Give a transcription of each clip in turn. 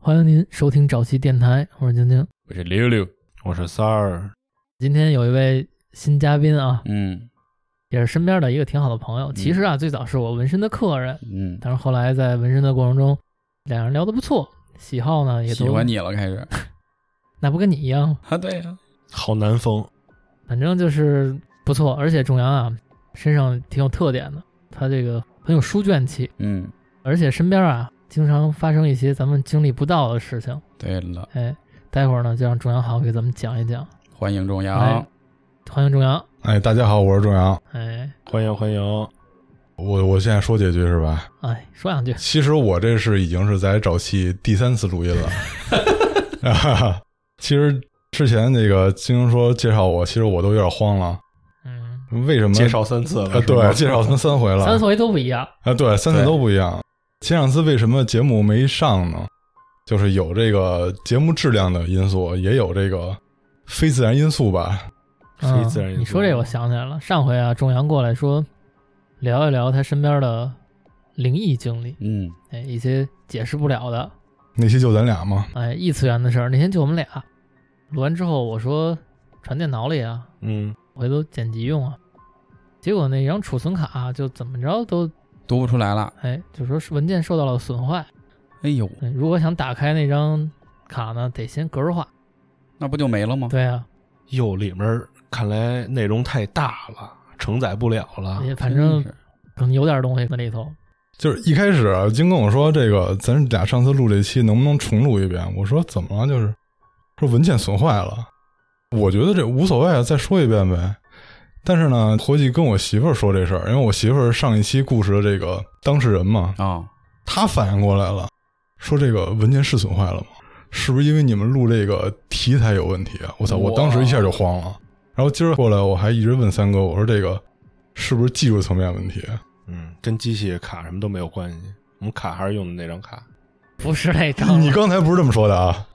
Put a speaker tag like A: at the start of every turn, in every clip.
A: 欢迎您收听早期电台，我是晶晶。
B: 我是溜溜，
C: 我是三儿，
A: 今天有一位新嘉宾啊，
B: 嗯
A: 也是身边的一个挺好的朋友。其实啊，最早是我纹身的客人，
B: 嗯，
A: 但是后来在纹身的过程中，两人聊得不错，喜好呢也都
B: 喜欢，你了，开始
A: 那不跟你一样吗？
B: 啊，对呀、
C: 好南风，
A: 反正就是不错。而且仲阳啊，身上挺有特点的，他这个很有书卷气，
B: 嗯，
A: 而且身边啊经常发生一些咱们经历不到的事情。
B: 对了，
A: 哎，待会儿呢就让仲阳好好给咱们讲一讲。
B: 欢迎仲
A: 哎
B: 阳，
A: 欢迎仲阳，
C: 哎，大家好，我是仲阳，
A: 哎
C: 欢迎欢迎。我我现在说几句是吧？
A: 哎，说两句，
C: 其实我这是已经是在早期第三次录音了。 啊其实之前那个金庸说介绍我，其实我都有点慌了。
A: 嗯，
C: 为什么
D: 呃介绍三次
C: 啊？
D: 了，是吗
C: 对，介绍他三回了。
A: 三回都不一样。
C: 啊，对，三次
B: 对
C: 都不一样。前两次为什么节目没上呢？就是有这个节目质量的因素，也有这个非自然因素吧。
A: 嗯，
D: 非自然因素
A: 你说这个我想起来了，上回啊，仲阳过来说聊一聊他身边的灵异经历，
B: 嗯，
A: 哎，一些解释不了的，
C: 那些就咱俩嘛，
A: 哎，异次元的事儿。那天就我们俩录完之后，我说传电脑里啊，
D: 嗯，
A: 回头剪辑用啊。结果那张储存卡啊、就怎么着都
B: 读不出来了，
A: 哎，就说是文件受到了损坏。
B: 哎呦，
A: 哎如果想打开那张卡呢，得先格式化。
B: 那不就没了吗？
A: 对啊，
D: 哟，里面看来内容太大了，承载不了了。
A: 也反
B: 真
A: 正
B: 是
A: 可能有点东西那里头。
C: 就是一开始啊，金跟我说这个，咱俩上次录这期能不能重录一遍？我说怎么了？就是说文件损坏了。我觉得这无所谓啊，再说一遍呗。但是呢，回去跟我媳妇儿说这事儿，因为我媳妇儿上一期故事的这个当事人嘛，
B: 啊，
C: 她反应过来了，说这个文件是损坏了吗？是不是因为你们录这个题材有问题啊？我操！我当时一下就慌了。然后今儿过来，我还一直问三哥，我说这个是不是技术层面问题？啊
D: 嗯，跟机器卡什么都没有关系，我们卡还是用的那张卡。
A: 不是那张，
C: 你刚才不是这么说的啊？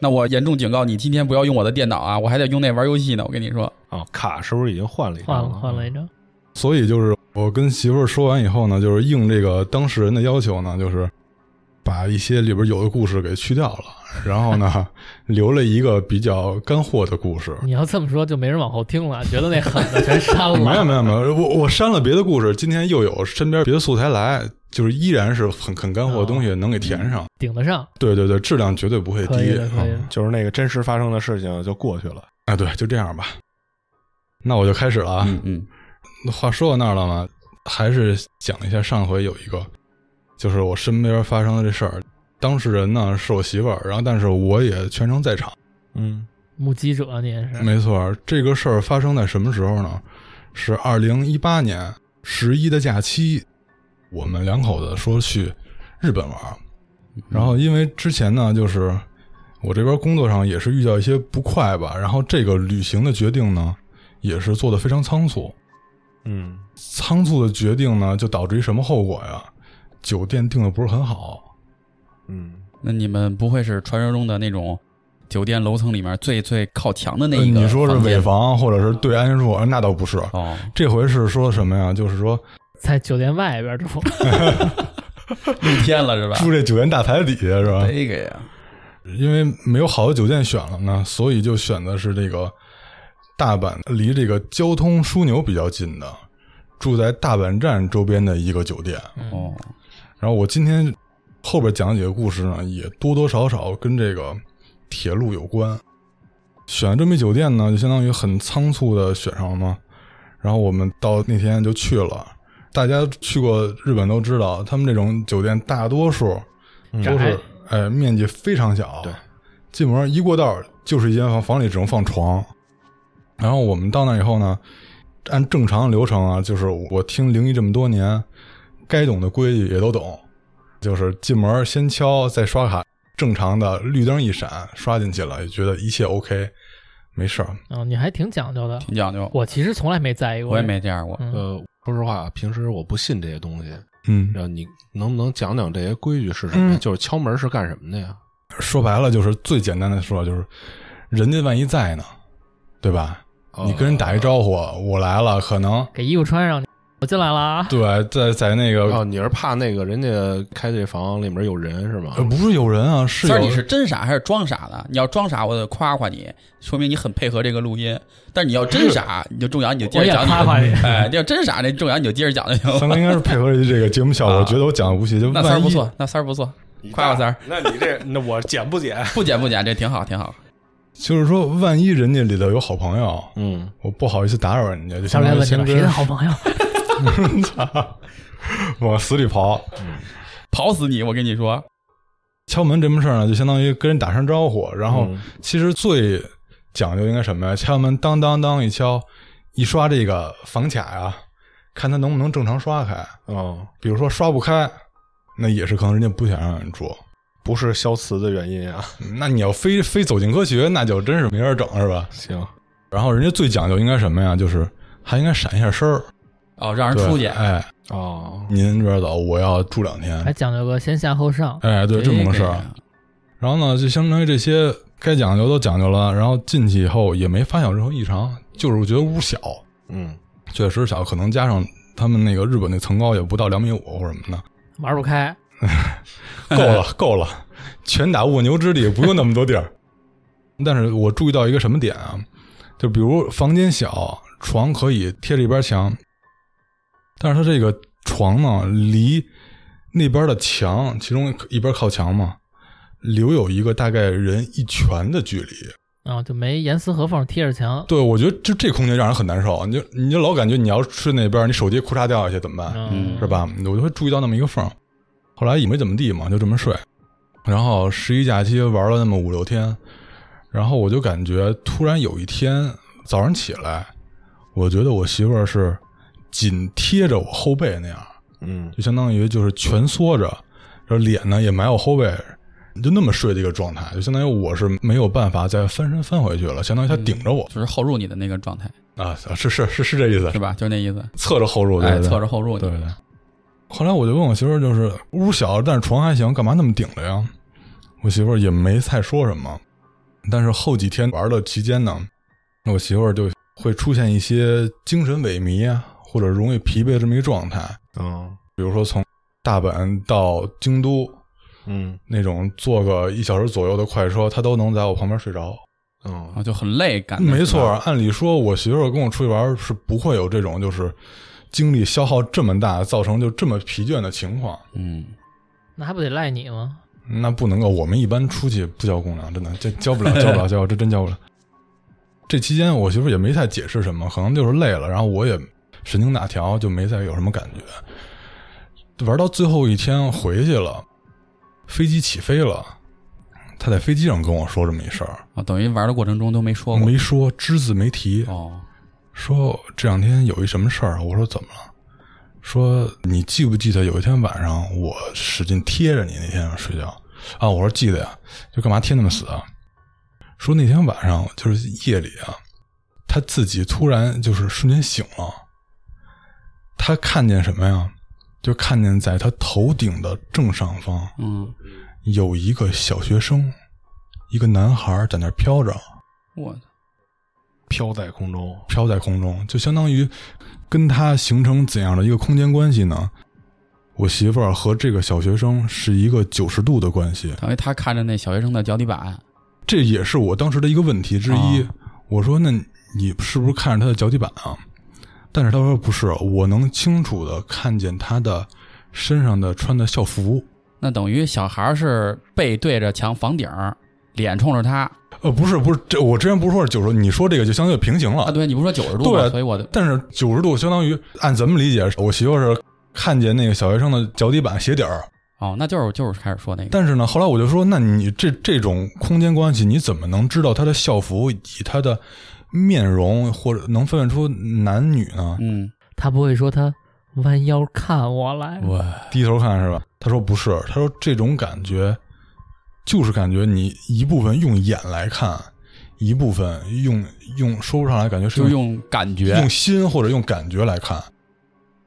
B: 那我严重警告你，今天不要用我的电脑啊，我还得用那玩游戏呢。我跟你说，
D: 啊，卡是不是已经换了啊一
A: 换
D: 张
A: 了换了一张。
C: 所以就是我跟媳妇儿说完以后呢，就是应这个当事人的要求呢，就是把一些里边有的故事给去掉了，然后 呢留了一个比较干货的故事。
A: 你要这么说，就没人往后听了，觉得那狠的全删了。
C: 哎没有没有没有，我我删了别的故事，今天又有身边别的素材来，就是依然是很很干货的东西能给填上。
A: 顶得上，
C: 对对对，质量绝对不会
A: 嗯可以
C: 低
A: 的，可以的。
D: 嗯就是那个真实发生的事情就过去了。
C: 啊！对，就这样吧。那我就开始了啊。
B: 嗯嗯，
C: 话说到那儿了嘛，还是讲一下上回有一个，就是我身边发生的这事儿。当事人呢是我媳妇儿，然后但是我也全程在场。
D: 嗯，
A: 目击者你也是，
C: 没错儿，这个事儿发生在什么时候呢？是二零一八年十一的假期，我们两口子说去日本玩儿，然后因为之前呢，就是我这边工作上也是遇到一些不快吧，然后这个旅行的决定呢，也是做的非常仓促。
D: 嗯，
C: 仓促的决定呢，就导致于什么后果呀？酒店订的不是很好，
D: 嗯，
B: 那你们不会是传说中的那种酒店楼层里面最最靠墙的那
C: 呃
B: 一个、
C: 你说是尾？房或者是对安全处，呃那倒不是。
B: 哦，
C: 这回是说什么呀？就是说
A: 在酒店外边住，
B: 露天了 是吧？
C: 住这酒店大牌底下是
D: 啊
C: 吧？
B: 这个呀，
C: 因为没有好的酒店选了呢，所以就选的是这个大阪离这个交通枢纽比较近的，住在大阪站周边的一个酒店。
A: 嗯
B: 哦，
C: 然后我今天后边讲几个故事呢，也多多少少跟这个铁路有关。选这么一酒店呢，就相当于很仓促的选上了嘛。然后我们到那天就去了，大家去过日本都知道，他们这种酒店大多数
A: 窄
C: 都是哎面积非常小，
D: 嗯对，
C: 进门一过道就是一间房，房里只能放床。然后我们到那以后呢，按正常流程啊，就是我听灵异这么多年，该懂的规矩也都懂，就是进门先敲再刷卡，正常的绿灯一闪刷进去了，也觉得一切 OK，没事儿。
A: 嗯，你还挺讲究的。
B: 挺讲究，
A: 我其实从来没在意过，
B: 我也没这样过。
A: 嗯，
D: 呃，说实话，平时我不信这些东西。
C: 嗯，
D: 然后你能不能讲讲这些规矩是什么呀？就是敲门是干什么的呀？
C: 说白了就是最简单的说，就是人家万一
D: 哦
C: 在呢，对吧？你跟人打一招呼，我来了，可能
A: 给衣服穿上，我进来了啊，
C: 对，在在那个、
D: 哦，你是怕那个人家开这房里面有人是吗
C: 呃？不是有人啊，是
B: 三儿，
C: 有
B: 你是真傻还是装傻的？你要装傻，我得夸夸你，说明你很配合这个录音。但是你要真傻，你就仲阳，你就接
A: 我
B: 着
A: 也
B: 讲
A: 夸夸
B: 你
A: 你
B: 的。哎，你要真傻，那仲阳你就接着讲就行了。
C: 三哥应该是配合这个节目效果，
B: 啊
C: 觉得我讲的不细，就
B: 那三儿
C: 万一
B: 不错，那三儿不错，夸夸三儿，
D: 那你这那我剪不剪？
B: 不减不减，这挺好，挺好。
C: 就是说，万一人家里头有好朋友，
D: 嗯，
C: 我不好意思打扰人家，就
A: 下
C: 相
A: 面
C: 当于
A: 问你
C: 先
A: 了，谁
C: 跟
A: 是 好朋友？
C: 往死里刨。
B: 跑死你！我跟你说，
C: 敲门这门事儿呢，就相当于跟人打声招呼。然
B: 嗯
C: 后，其实最讲究应该什么呀？敲门当当当一敲，一刷这个房卡呀、看他能不能正常刷开。
D: 哦，
C: 比如说刷不开，那也是可能人家不想让人住。
D: 不是消磁的原因啊。
C: 嗯那你要非非走进科学，那就真是没法整是吧？
D: 行，
C: 然后人家最讲究应该什么呀？就是还应该闪一下身儿，
B: 哦，让人
C: 对
B: 出去，
C: 哎，
D: 哦，
C: 您这边走，我要住两天。
A: 还讲究个先下后上，
C: 哎，对，这么个事儿。然后呢，就相当于这些该讲究都讲究了，然后进去以后也没发现有任何异常，就是我觉得屋小，
D: 嗯，
C: 确实小，可能加上他们那个日本那层高也不到两米五或者什么的，
A: 玩不开，
C: 够了，够了，拳打卧牛之力，不用那么多地儿。 但是我注意到一个什么点啊，就比如房间小，床可以贴着一边墙，但是它这个床呢，离那边的墙，其中一边靠墙嘛，留有一个大概人一拳的距离。
A: 然嗯后就没严丝合缝贴着墙，
C: 对，我觉得就这空间让人很难受，你就你就老感觉你要睡那边，你手机裤衩掉下去怎么办？
A: 嗯，
C: 是？吧？我就会注意到那么一个缝儿。后来也没怎么地嘛，就这么睡。然后十一假期玩了那么五六天，然后我就感觉突然有一天早上起来，我觉得我媳妇儿是紧贴着我后背那样，
D: 嗯，
C: 就相当于就是蜷缩着，然后脸呢也埋我后背，就那么睡的一个状态，就相当于我是没有办法再翻身翻回去了，相当于她顶着我、
B: 就是后入你的那个状态，
C: 啊，是是是是这意思
B: 是，吧？就那意思，
C: 侧着后入，对
B: 哎，
C: 对
B: 侧着后入你
C: 对。对。后来我就问我媳妇儿，就是屋小，但是床还行，干嘛那么顶着呀？我媳妇儿也没太说什么。但是后几天玩的期间呢，我媳妇儿就会出现一些精神萎靡啊，或者容易疲惫的这么一个状态。
D: 哦，
C: 比如说从大阪到京都
D: 嗯，
C: 那种坐个一小时左右的快车，她都能在我旁边睡着。
D: 哦，
B: 啊，就很累，感觉
C: 没错
B: 是吧，
C: 按理说我媳妇儿跟我出去玩儿是不会有这种就是精力消耗这么大，造成就这么疲倦的情况。
B: 嗯，
A: 那还不得赖你吗？
C: 那不能够，我们一般出去不交公粮，真的这交不了，交不 了，交不了，这真交不了。这期间我媳妇儿也没太解释什么，可能就是累了，然后我也神经大条，就没再有什么感觉。玩到最后一天回去了，飞机起飞了，她在飞机上跟我说这么一事儿，
B: 啊，等于玩的过程中都没说过
C: 没说只字没提，
B: 哦，
C: 说这两天有一什么事儿啊，我说怎么了？说你记不记得有一天晚上我使劲贴着你那天睡觉啊？我说记得呀，就干嘛贴那么死啊？说那天晚上就是夜里啊，他自己突然就是瞬间醒了，他看见什么呀？就看见在他头顶的正上方
B: 嗯，
C: 有一个小学生，一个男孩在那儿飘着。
B: 我
D: 飘在空中，
C: 飘在空中，就相当于跟他形成怎样的一个空间关系呢？我媳妇儿和这个小学生是一个九十度的关系，
B: 等于他看着那小学生的脚底板，
C: 这也是我当时的一个问题之一。
B: 啊
C: 我说：“那你是不是看着他的脚底板啊？”但是他说：“不是，我能清楚的看见他的身上的穿的校服。
B: 那等于小孩是背对着墙房顶儿，脸冲着他
C: 呃，不是，不是，这我之前不是说是九十度，你说这个就相对平行了。
B: 啊。对，你不是说九十度
C: 对
B: 吗？
C: 啊
B: 所以我的
C: 但是九十度相当于按咱们理解，我媳妇儿是看见那个小学生的脚底板鞋底儿，
B: 哦，那就是就是开始说那个
C: 但是呢，后来我就说，那你这这种空间关系，你怎么能知道他的校服以及他的面容，或者能分辨出男女呢？
B: 嗯，
A: 他不会说他弯腰看我来，
B: 我
C: 低头看是吧？他说不是，他说这种感觉就是感觉你一部分用眼来看，一部分用用说不上来，感觉是
B: 就用感觉
C: 用心或者用感觉来看。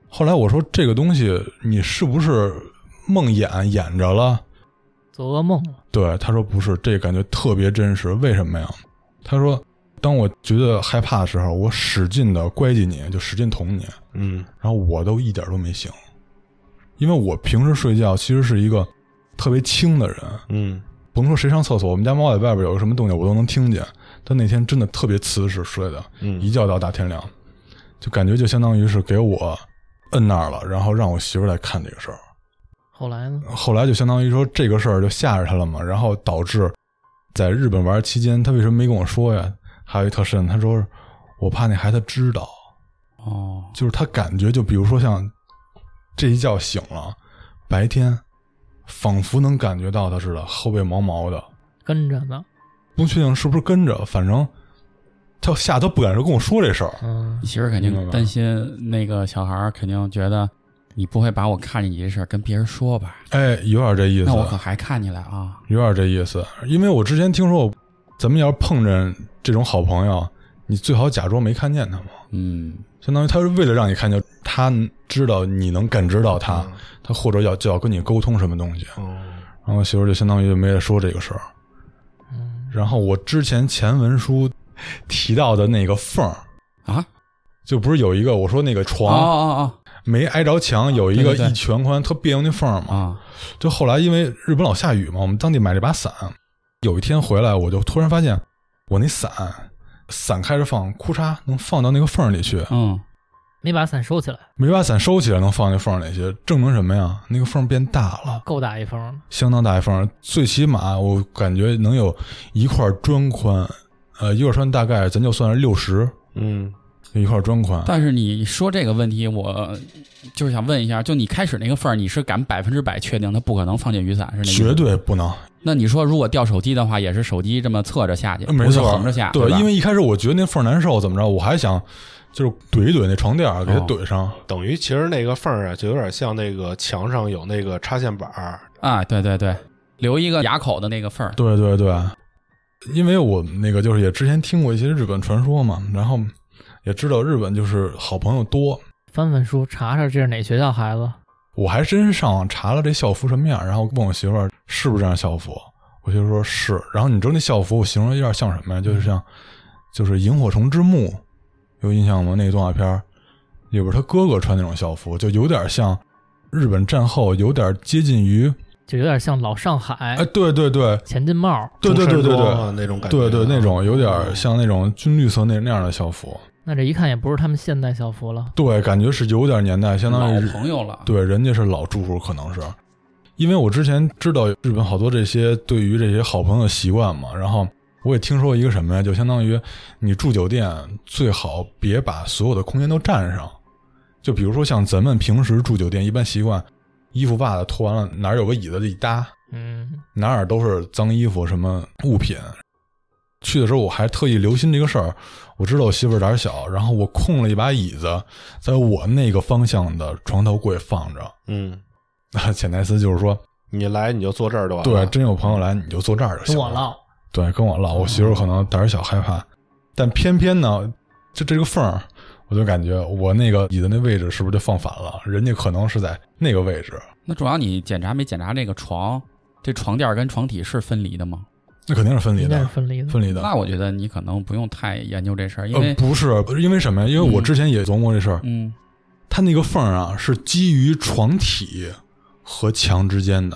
C: 后来我说这个东西你是不是梦魇演着了？
A: 做噩梦了。
C: 对，他说不是，这感觉特别真实。为什么呀？他说当我觉得害怕的时候，我使劲的乖叽你，就使劲捅你，
D: 嗯
C: 然后我都一点都没醒，因为我平时睡觉其实是一个特别轻的人，
D: 嗯
C: 甭说谁上厕所，我们家猫在外边有个什么动静我都能听见。但那天真的特别瓷实睡的，一
D: 嗯
C: 觉到大天亮，就感觉就相当于是给我摁那儿了，然后让我媳妇儿来看这个事儿。
A: 后来呢？
C: 后来就相当于说这个事儿就吓着他了嘛，然后导致在日本玩期间，他为什么没跟我说呀？还有一特深，他说是我怕那孩子知道，
B: 哦，
C: 就是他感觉就比如说像这一觉醒了，白天仿佛能感觉到他似的，后背毛毛的，
A: 跟着呢，
C: 不确定是不是跟着，反正他吓都不敢说跟我说这事儿。
A: 嗯
B: 你，媳妇儿肯
C: 明白
B: 定
C: 吧
B: 担心那个小孩儿，肯定觉得你不会把我看见你这事儿跟别人说吧？
C: 哎，有点这意思。
B: 那我可还看你了啊？
C: 有点这意思，因为我之前听说，咱们要是碰着这种好朋友，你最好假装没看见他嘛，
B: 嗯，
C: 相当于他是为了让你看见，他知道你能感知到他，
D: 嗯
C: 他或者要就要跟你沟通什么东西，
D: 哦
C: 然后媳妇儿就相当于就没再说这个事儿。
A: 嗯
C: 然后我之前前文书提到的那个缝儿，
B: 啊，
C: 就不是有一个我说那个
B: 哦
C: 床
B: 哦
C: 没挨着墙，有一个
B: 对对对
C: 一拳宽特别扭那缝儿
B: 哦
C: 嘛，
B: 啊，
C: 就后来因为日本老下雨嘛，我们当地买了一把伞。有一天回来，我就突然发现我那伞伞开着放，库嚓能放到那个缝儿里去，
B: 嗯，
A: 没把伞收起来，
C: 没把伞收起来能放那缝儿里去，证明什么呀？那个缝儿变大了，
A: 够大一方。
C: 相当大一缝儿，最起码我感觉能有一块砖宽，呃，一块砖大概咱就算是六十，
D: 嗯
C: 一块砖宽。
B: 但是你说这个问题，我就是想问一下，就你开始那个缝儿，你是敢百分之百确定它不可能放进雨伞是那意思吗
C: 绝？对不能，
B: 那你说如果掉手机的话，也是手机这么侧着下去，
C: 呃没
B: 不是
C: 错，
B: 横着下，
C: 对，
B: 吧
C: 因为一开始我觉得那缝儿难受，怎么着，我还想就是怼一怼那床垫儿，给
B: 哦
C: 它怼上。
D: 等于其实那个缝儿啊，就有点像那个墙上有那个插线板儿，
B: 啊，对对对，留一个牙口的那个缝儿，
C: 对对对，因为我那个就是也之前听过一些日本传说嘛，然后也知道日本就是好朋友多。
A: 翻翻书，查查这是哪学校孩子？
C: 我还真上网查了这校服什么样，然后问我媳妇儿是不是这样校服，我媳妇说是。然后你知道那校服我形容有点像什么呀？就是像就是《萤火虫之墓》，有印象吗？那个动画片儿里边他哥哥穿那种校服，就有点像日本战后，有点接近于
A: 就有点像老上海
C: 哎，对对对
A: 前进帽。
C: 对对对对
D: 中山
C: 对
D: 装啊。那种感觉啊，
C: 对对，那种有点像那种军绿色那那样的校服，
A: 那这一看也不是他们现代校服了。
C: 对，感觉是有点年代，相当于
B: 老
C: 是
B: 朋友了，
C: 对人家是老住户，可能是因为我之前知道日本好多这些对于这些好朋友的习惯嘛，然后我也听说一个什么呀，就相当于你住酒店最好别把所有的空间都占上，就比如说像咱们平时住酒店一般习惯，衣服袜子脱完了哪儿有个椅子就一搭，
A: 嗯，
C: 哪儿都是脏衣服什么物品。去的时候我还特意留心这个事儿，我知道我媳妇儿胆儿小，然后我空了一把椅子，在我那个方向的床头柜放着。
D: 嗯，
C: 啊， 潜台词就是说，啊
D: 你来你就坐这儿就完
C: 对
D: 了，，
C: 真有朋友来你就坐这儿
A: 跟
C: 就行
A: 我唠，
C: 对，跟我唠。我媳妇儿可能胆儿小害怕，但偏偏呢，就这个缝儿，我就感觉我那个椅子那位置是不是就放反了？人家可能是在那个位置，
B: 那主要你检查没检查这个床，这床垫儿跟床体是分离的吗？
C: 那肯定是分离
A: 应该是
C: 的，
A: 分离的。
C: 分离的。
B: 那我觉得你可能不用太研究这事儿，因
C: 呃
B: 为，
C: 不是，不是因为什么呀？因为我
B: 嗯
C: 之前也琢磨这事儿，
B: 嗯
C: 它那个缝儿啊是基于床体和墙之间的，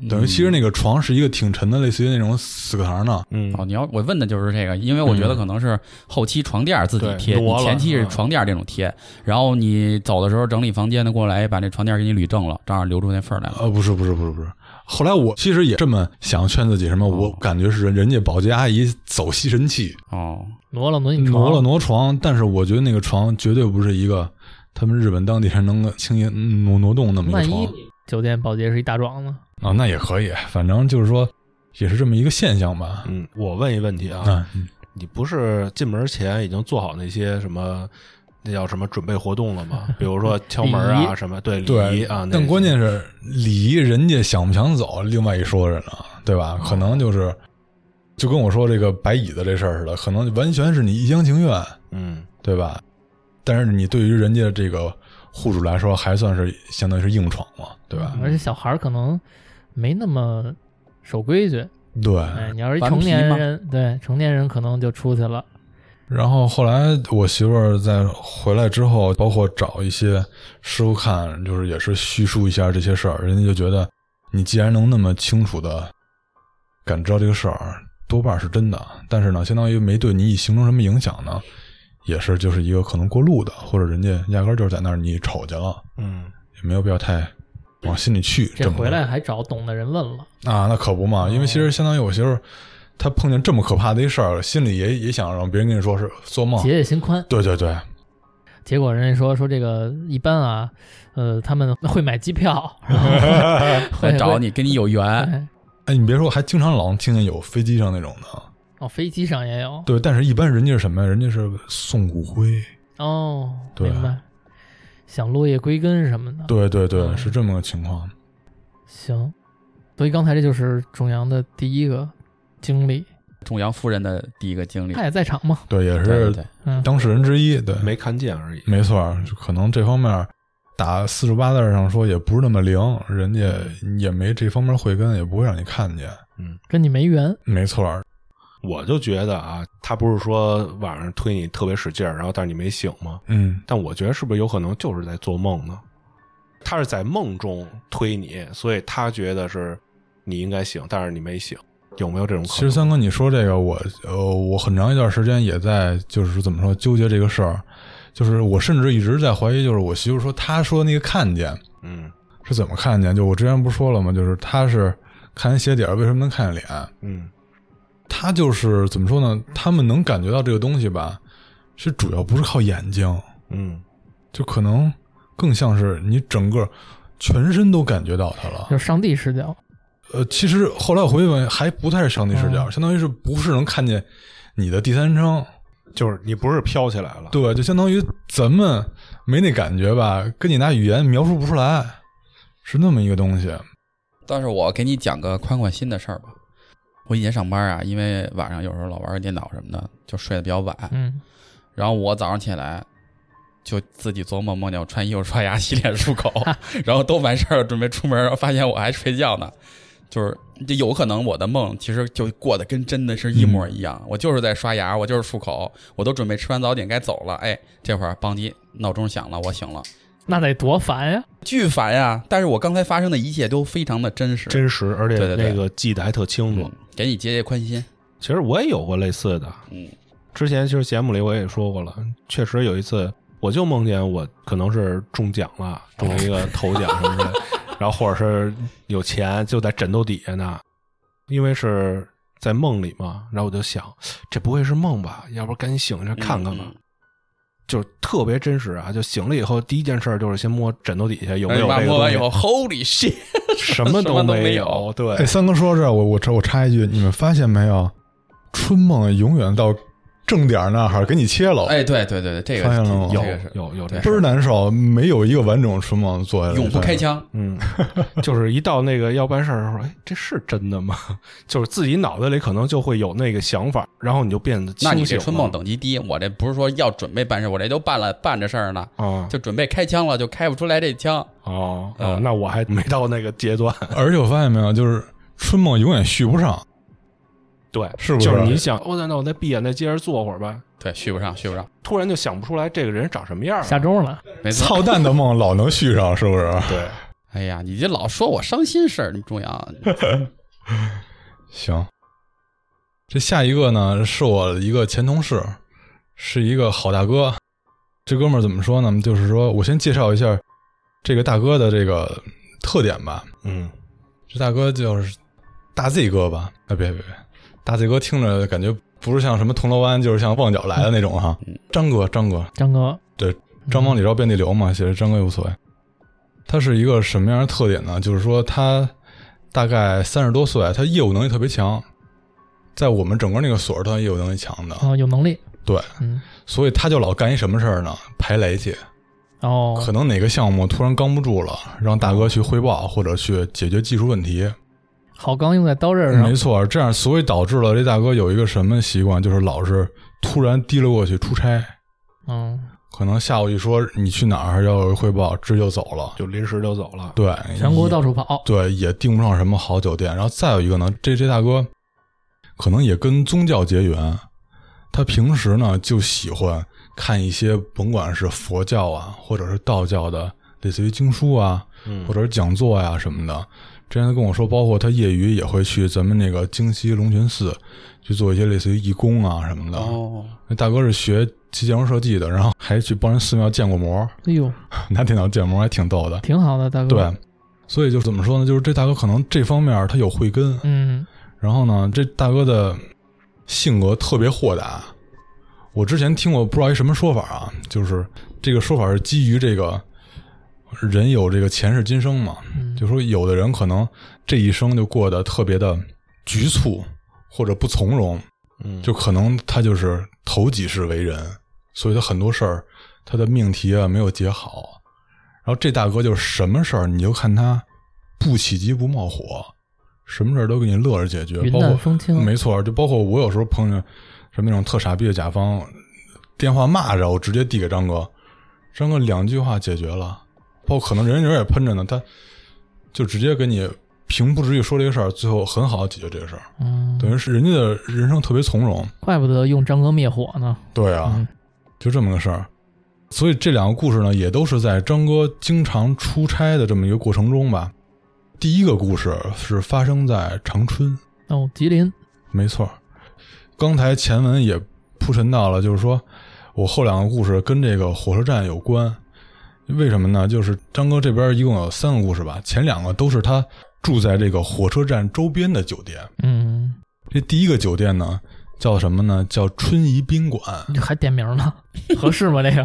B: 嗯
C: 等于其实那个床是一个挺沉的，类似于那种死课堂的。
D: 嗯
B: 哦，你要我问的就是这个，因为我
C: 嗯
B: 觉得可能是后期床垫儿自己贴，
D: 对
B: 你
D: 挪了
B: 前期是
D: 嗯
B: 床垫儿这种贴，然后你走的时候整理房间的过来，把这床垫儿给你捋正了，正好留出那缝儿来了。
C: 呃，不是，不是，不是，不是。后来我其实也这么想劝自己，什
D: 哦
C: 么，我感觉是人人家保洁阿姨走吸尘器，
B: 哦，
A: 挪了挪你床，
C: 挪了挪床，但是我觉得那个床绝对不是一个他们日本当地人能轻易挪挪动那么一个
A: 万
C: 床
A: 一酒店保洁是一大壮呢？
C: 啊，那也可以，反正就是说也是这么一个现象吧。
D: 嗯，我问一问题啊，
C: 嗯，嗯
D: 你不是进门前已经做好那些什么？那叫什么准备活动了吗？比如说敲门
A: 礼
D: 啊，
A: 仪
D: 什么对礼仪
C: 对
D: 啊。那
C: 但
D: 些
C: 关键是礼仪人家想不想走，另外一说着呢，对吧？可能就是
D: 哦
C: 就跟我说这个摆椅子这事儿似的，可能完全是你一厢情愿，
D: 嗯，
C: 对吧？但是你对于人家这个户主来说，还算是相当于是硬闯嘛，对吧？
A: 嗯而且小孩儿可能没那么守规矩。
C: 对，
A: 哎，你要是一
B: 顽
A: 成
B: 皮
A: 年
B: 吗
A: 人，对成年人可能就出去了，
C: 然后后来我媳妇儿在回来之后，包括找一些师傅看，就是也是叙述一下这些事儿，人家就觉得你既然能那么清楚的感知到这个事儿，多半是真的。但是呢，相当于没对你形成什么影响呢，也是就是一个可能过路的，或者人家压根儿就是在那儿你瞅见了，
D: 嗯，
C: 也没有必要太往心里去。
A: 这
C: 么多
A: 回来还找懂的人问了，
C: 啊，那可不嘛，因为其实相当于我媳妇儿，她碰见这么可怕的一事儿，心里也也想让别人跟你说是做梦。
A: 解解心宽。
C: 对对对，
A: 结果人家说说这个一般啊，呃，他们会买机 票，
B: 来
A: 会
B: 找。你，跟你有
A: 会
B: 缘。
A: 对
C: 哎，你别说，还经常老能听见有飞机上那种的。
A: 哦，飞机上也有
C: 对，但是一般人家是什么呀？人家是送骨灰。
A: 哦，
C: 对
A: 明白，想落叶归根什么的。
C: 对对对，
A: 嗯
C: 是这么个情况。
A: 行，所以刚才这就是种阳的第一个经历，
B: 仲阳夫人的第一个经历
A: 他，也在场嘛，
C: 对，也
B: 对对
C: 是
B: 对，
A: 嗯，
C: 当事人之一。对，
D: 没看见而已。
C: 没错儿，可能这方面儿打四十八字儿上说也不是那么灵，人家也没这方面慧根，也不会让你看见。
A: 跟你没缘，
C: 没错儿，
D: 我就觉得啊，他不是说晚上推你特别使劲儿，然后但是你没醒吗？
C: 嗯，
D: 但我觉得是不是有可能就是在做梦呢？他是在梦中推你，所以他觉得是你应该醒，但是你没醒，有没有这种
C: 其
D: 可
C: 实
D: 能？
C: 三哥，你说这个，我呃，我很长一段时间也在，就是怎么说纠结这个事儿，就是我甚至一直在怀疑，就是我媳妇说她说那个看见
D: 嗯
C: 是怎么看见？就我之前不是说了吗？就是她是看人鞋底儿，为什么能看见脸？
D: 嗯
C: 她就是怎么说呢？他们能感觉到这个东西吧，是主要不是靠眼睛，
D: 嗯
C: 就可能更像是你整个全身都感觉到它了。
A: 就是上帝视角，
C: 呃，其实后来我回问，还不太是上帝视角，
D: 嗯
A: 哦
C: 相当于是不是能看见你的第三人称？
D: 就是你不是飘起来了，
C: 对，就相当于咱们没那感觉吧，跟你拿语言描述不出来，是那么一个东西。
B: 但是我给你讲个宽宽心的事儿吧。我以前上班啊，因为晚上有时候老玩个电脑什么的，就睡得比较晚。
A: 嗯，
B: 然后我早上起来就自己做梦，梦见我穿衣服、刷牙、洗脸、漱 口，然后都完事儿，准备出门，然后发现我还睡觉呢。就是这有可能我的梦其实就过得跟真的是一模一
C: 嗯
B: 样，我就是在刷牙，我就是漱口，我都准备吃完早点该走了，哎，这会儿邦迪闹钟响了，我醒了，
A: 那得多烦呀！
B: 巨烦呀！但是我刚才发生的一切都非常的真实，
D: 真实，而且
B: 对对对
D: 那个记得还特清楚。
B: 嗯，给你解解宽心，
D: 其实我也有过类似的，
B: 嗯，
D: 之前其实节目里我也说过了，确实有一次我就梦见我可能是中奖了，中了一个头奖什么 的，然后或者是有钱就在枕头底下呢，因为是在梦里嘛，然后我就想这不会是梦吧？要不赶紧醒着看看吧。
B: 嗯嗯
D: 就是特别真实啊！就醒了以后，第一件事儿就是先摸枕头底下有没有
B: 哎
D: 这
B: 妈
D: 个
B: 摸
D: 东
B: 完
D: 西
B: 以后，，Holy shit！
D: 什么
B: 什么都没
D: 没
B: 有
D: 对，
C: 哎，三哥说这儿，我我插我插一句，你们发现没有，春梦永远到正点儿那儿给你切
D: 哦
C: 了，
B: 哎，对对对对，这个
C: 发现了吗
B: 这
D: 有
B: 个是
D: 有有这
C: 倍儿难受，没有一个完整的春梦做下来。
B: 永不开枪，
D: 嗯，就是一到那个要办事儿的时候，哎，这是真的吗？ 就是自己脑子里可能就会有那个想法，然后你就变得清醒
B: 那
D: 了。
B: 你这春梦等级低，我这不是说要准备办事，我这都办了办着事儿呢，
D: 啊
B: 就准备开枪了，就开不出来这枪。
D: 哦
B: 呃
D: 哦，那我还没到那个阶段。
C: 而且我发现没有，就是春梦永远续不上，
D: 对，
C: 是不是
D: 就是你想，我、哦、那我再闭眼再接着坐会儿吧，
B: 对，续不上，续不上，
D: 突然就想不出来这个人长什么
C: 啊
D: 样
A: 下
D: 了。
A: 周了，
B: 没错。
C: 操蛋的梦老能续上，是不是？
D: 对，
B: 哎呀，你这老说我伤心事儿，你中阳，
C: 行，这下一个呢是我一个前同事，是一个好大哥。这哥们儿怎么说呢？就是说我先介绍一下这个大哥的这个特点吧。
D: 嗯，
C: 这大哥就是大 Z 哥吧？啊，别别别，大 Z 哥听着感觉不是像什么铜锣湾，就是像旺角来的那种哈啊
B: 嗯。
C: 张哥，张哥，
A: 张哥，嗯
C: 对，张帮李赵遍地流嘛，写着张哥也无所谓。他是一个什么样的特点呢？就是说他大概三十多岁，他业务能力特别强，在我们整个那个所儿，他业务能力强的，
A: 哦，有能力，
C: 对，
A: 嗯，
C: 所以他就老干一什么事儿呢？排雷去，
A: 哦，
C: 可能哪个项目突然刚不住了，让大哥去汇报或者去解决技术问题。
A: 好钢用在刀刃上
C: 没，错，这样所以导致了这大哥有一个什么习惯，就是老是突然提溜过去出差，
A: 嗯，
C: 可能下午一说你去哪儿要汇报，这就走了。
D: 就临时就走了。
C: 对，
A: 全国
C: 也
A: 到处跑，
C: 对，也订不上什么好酒店。然后再有一个呢，这这大哥可能也跟宗教结缘，他平时呢就喜欢看一些甭管是佛教啊，或者是道教的，类似于经书啊，
D: 嗯
C: 或者是讲座呀、什么的。之前他跟我说，包括他业余也会去咱们那个京西龙泉寺去做一些类似于义工啊什么的。
B: 哦，
C: 那大哥是学骑建筑设计的，然后还去帮人寺庙建过模，
A: 哎呦，
C: 拿电脑建模还挺逗的。
A: 挺好的，大哥。
C: 对，，嗯所以就怎么说呢？就是这大哥可能这方面他有慧根，
A: 嗯，
C: 然后呢，这大哥的性格特别豁达。我之前听过不知道一什么说法啊，就是这个说法是基于这个人有这个前世今生嘛，
A: 嗯
C: 就说有的人可能这一生就过得特别的局促或者不从容，
D: 嗯
C: 就可能他就是头几世为人，所以他很多事儿他的命题啊没有解好。然后这大哥就是什么事儿你就看他不喜急不冒火，什么事儿都给你乐着解决，
A: 云
C: 包括
A: 淡风轻，
C: 没错，就包括我有时候碰见什么那种特傻逼的甲方，电话骂着我直接递给张哥，张哥两句话解决了，包括可能人家人也喷着呢，他就直接给你平铺直叙说这个事儿，最后很好地解决这个事儿，
A: 嗯，
C: 等于是人家的人生特别从容。
A: 怪不得用张哥灭火呢。
C: 对啊，
A: 嗯
C: 就这么个事儿。所以这两个故事呢，也都是在张哥经常出差的这么一个过程中吧。第一个故事是发生在长春，
A: 哦，吉林，
C: 没错儿，刚才前文也铺陈到了，就是说我后两个故事跟这个火车站有关，为什么呢？就是张哥这边一共有三个故事吧，前两个都是他住在这个火车站周边的酒店。
A: 嗯，
C: 这第一个酒店呢，叫什么呢？叫春怡宾馆。
A: 你 还点名呢，合适吗？这个，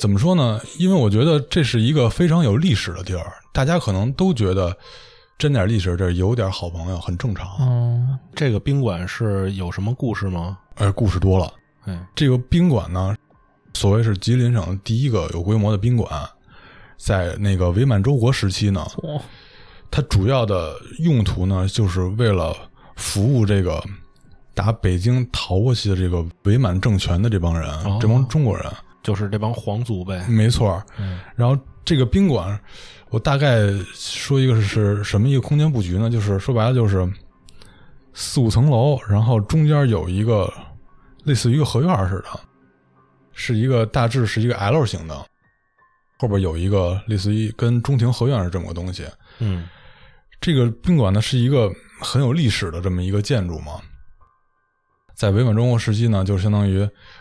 C: 怎么说呢？因为我觉得这是一个非常有历史的地儿，大家可能都觉得沾点历史这儿有点好朋友很正常。
A: 嗯，
D: 这个宾馆是有什么故事吗？
C: 哎，故事多了。
D: 哎，
C: 这个宾馆呢，所谓是吉林省第一个有规模的宾馆，在那个伪满洲国时期呢，
A: 哦，
C: 它主要的用途呢，就是为了服务这个打北京逃过去的这个伪满政权的这帮人，
D: 哦
C: 这帮中国人，
D: 就是这帮皇族呗。
C: 没错儿。
D: 嗯
C: 然后这个宾馆，我大概说一个是什么一个空间布局呢？就是说白了就是四五层楼，然后中间有一个类似于一个合院似的，是一个大致是一个 L 型的，后边有一个类似于跟中庭合院是这么个东西。
D: 嗯
C: 这个宾馆呢是一个很有历史的这么一个建筑嘛，在伪满中国时期呢，就相当于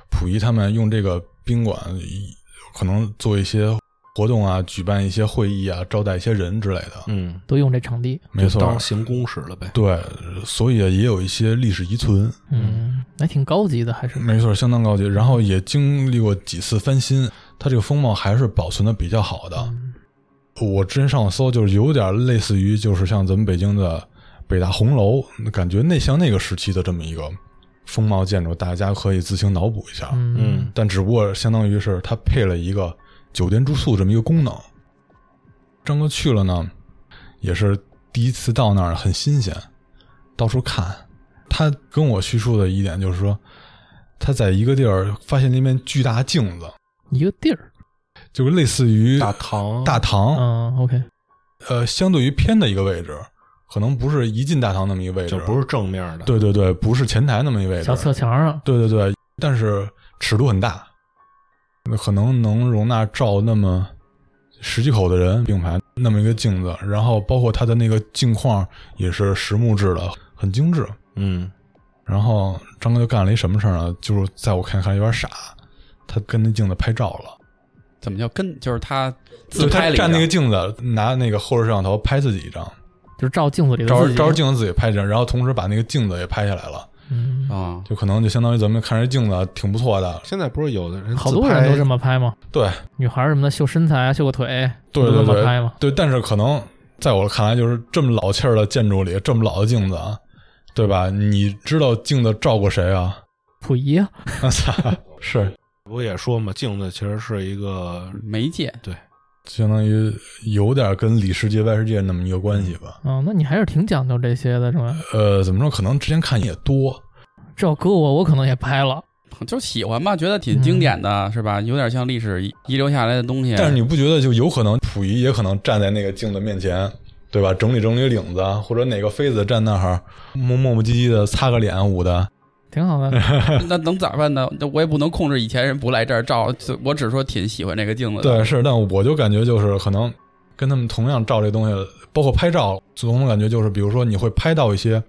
C: 溥仪他们用这个宾馆以可能做一些活动啊，举办一些会议啊，招待一些人之类的。
D: 嗯，
A: 都用这场地，
C: 没错
D: 就
C: 儿
D: 当，行宫使了呗。
C: 对，所以也有一些历史遗存，
A: 嗯，还挺高级的，还是
C: 没错儿，相当高级。然后也经历过几次翻新，它这个风貌还是保存的比较好的。
A: 嗯
C: 我之前上网搜，就是有点类似于，就是像咱们北京的北大红楼，感觉那像那个时期的这么一个风貌建筑，大家可以自行脑补一下。
A: 嗯
D: 嗯，
C: 但只不过相当于是它配了一个酒店住宿这么一个功能。张哥去了呢，也是第一次到那儿，很新鲜，到处看。他跟我叙述的一点就是说，他在一个地儿发现了一面巨大的镜子，
A: 一个地儿，
C: 就是类似于
D: 嗯大唐
C: 大堂，
A: 嗯，OK，
C: 呃，相对于偏的一个位置，可能不是一进大堂那么一个位置，
D: 就不是正面的。，
C: 对对对，不是前台那么一个位置
A: 小，侧墙上，
C: 对对对，但是尺度很大，可能能容纳照那么十几口的人并排那么一个镜子，然后包括它的那个镜框也是实木质的，很精致。
D: 嗯
C: 然后张哥就干了一什么事儿呢？就是在我看看有点傻，他跟那镜子拍照了，
B: 怎么叫跟？就是他自
C: 就
B: 拍
C: 他
B: 了一
C: 站那个
B: 张
C: 镜子，拿那个后置摄像头拍自己一张。
A: 就是照镜子里的
C: 照
A: 自
C: 着
A: 己，
C: 照着镜子自己拍一张，然后同时把那个镜子也拍下来了，
A: 嗯，
B: 啊，
C: 就可能就相当于咱们看着镜子啊挺不错的，
D: 现在不是有的人
A: 好多人都这么
D: 么
A: 拍嘛，
C: 嗯对
A: 女孩儿什么的秀身材啊，秀个腿，
C: 对
A: 都
C: 对
A: 这么拍
C: 对
A: 嘛，
C: 对，但是可能在我看来，就是这么老气儿的建筑里，这么老的镜子啊，对吧？你知道镜子照过谁啊？
A: 溥仪啊，
C: 我操，是
D: 不也说嘛，镜子其实是一个
B: 媒介
C: 相当于有点跟里世界外世界那么一个关系吧。
A: 嗯，那你还是挺讲究这些的，是吧？
C: 呃，怎么说？可能之前看也多，
A: 这要搁我，我可能也拍了。
B: 就喜欢嘛，觉得挺经典
A: 嗯
B: 的，是吧？有点像历史遗遗留下来的东西。
C: 但是你不觉得就有可能溥仪也可能站在那个镜子面前，对吧？整理整理领子啊，或者哪个妃子站那儿磨磨磨唧唧的擦个脸捂的，
A: 挺好的。
B: 那能咋办呢？那我也不能控制以前人不来这儿照，就我只说挺喜欢这个镜子的。
C: 对，是，但我就感觉就是可能跟他们同样照这东西，包括拍照，总感觉就是，比如说你会拍到一些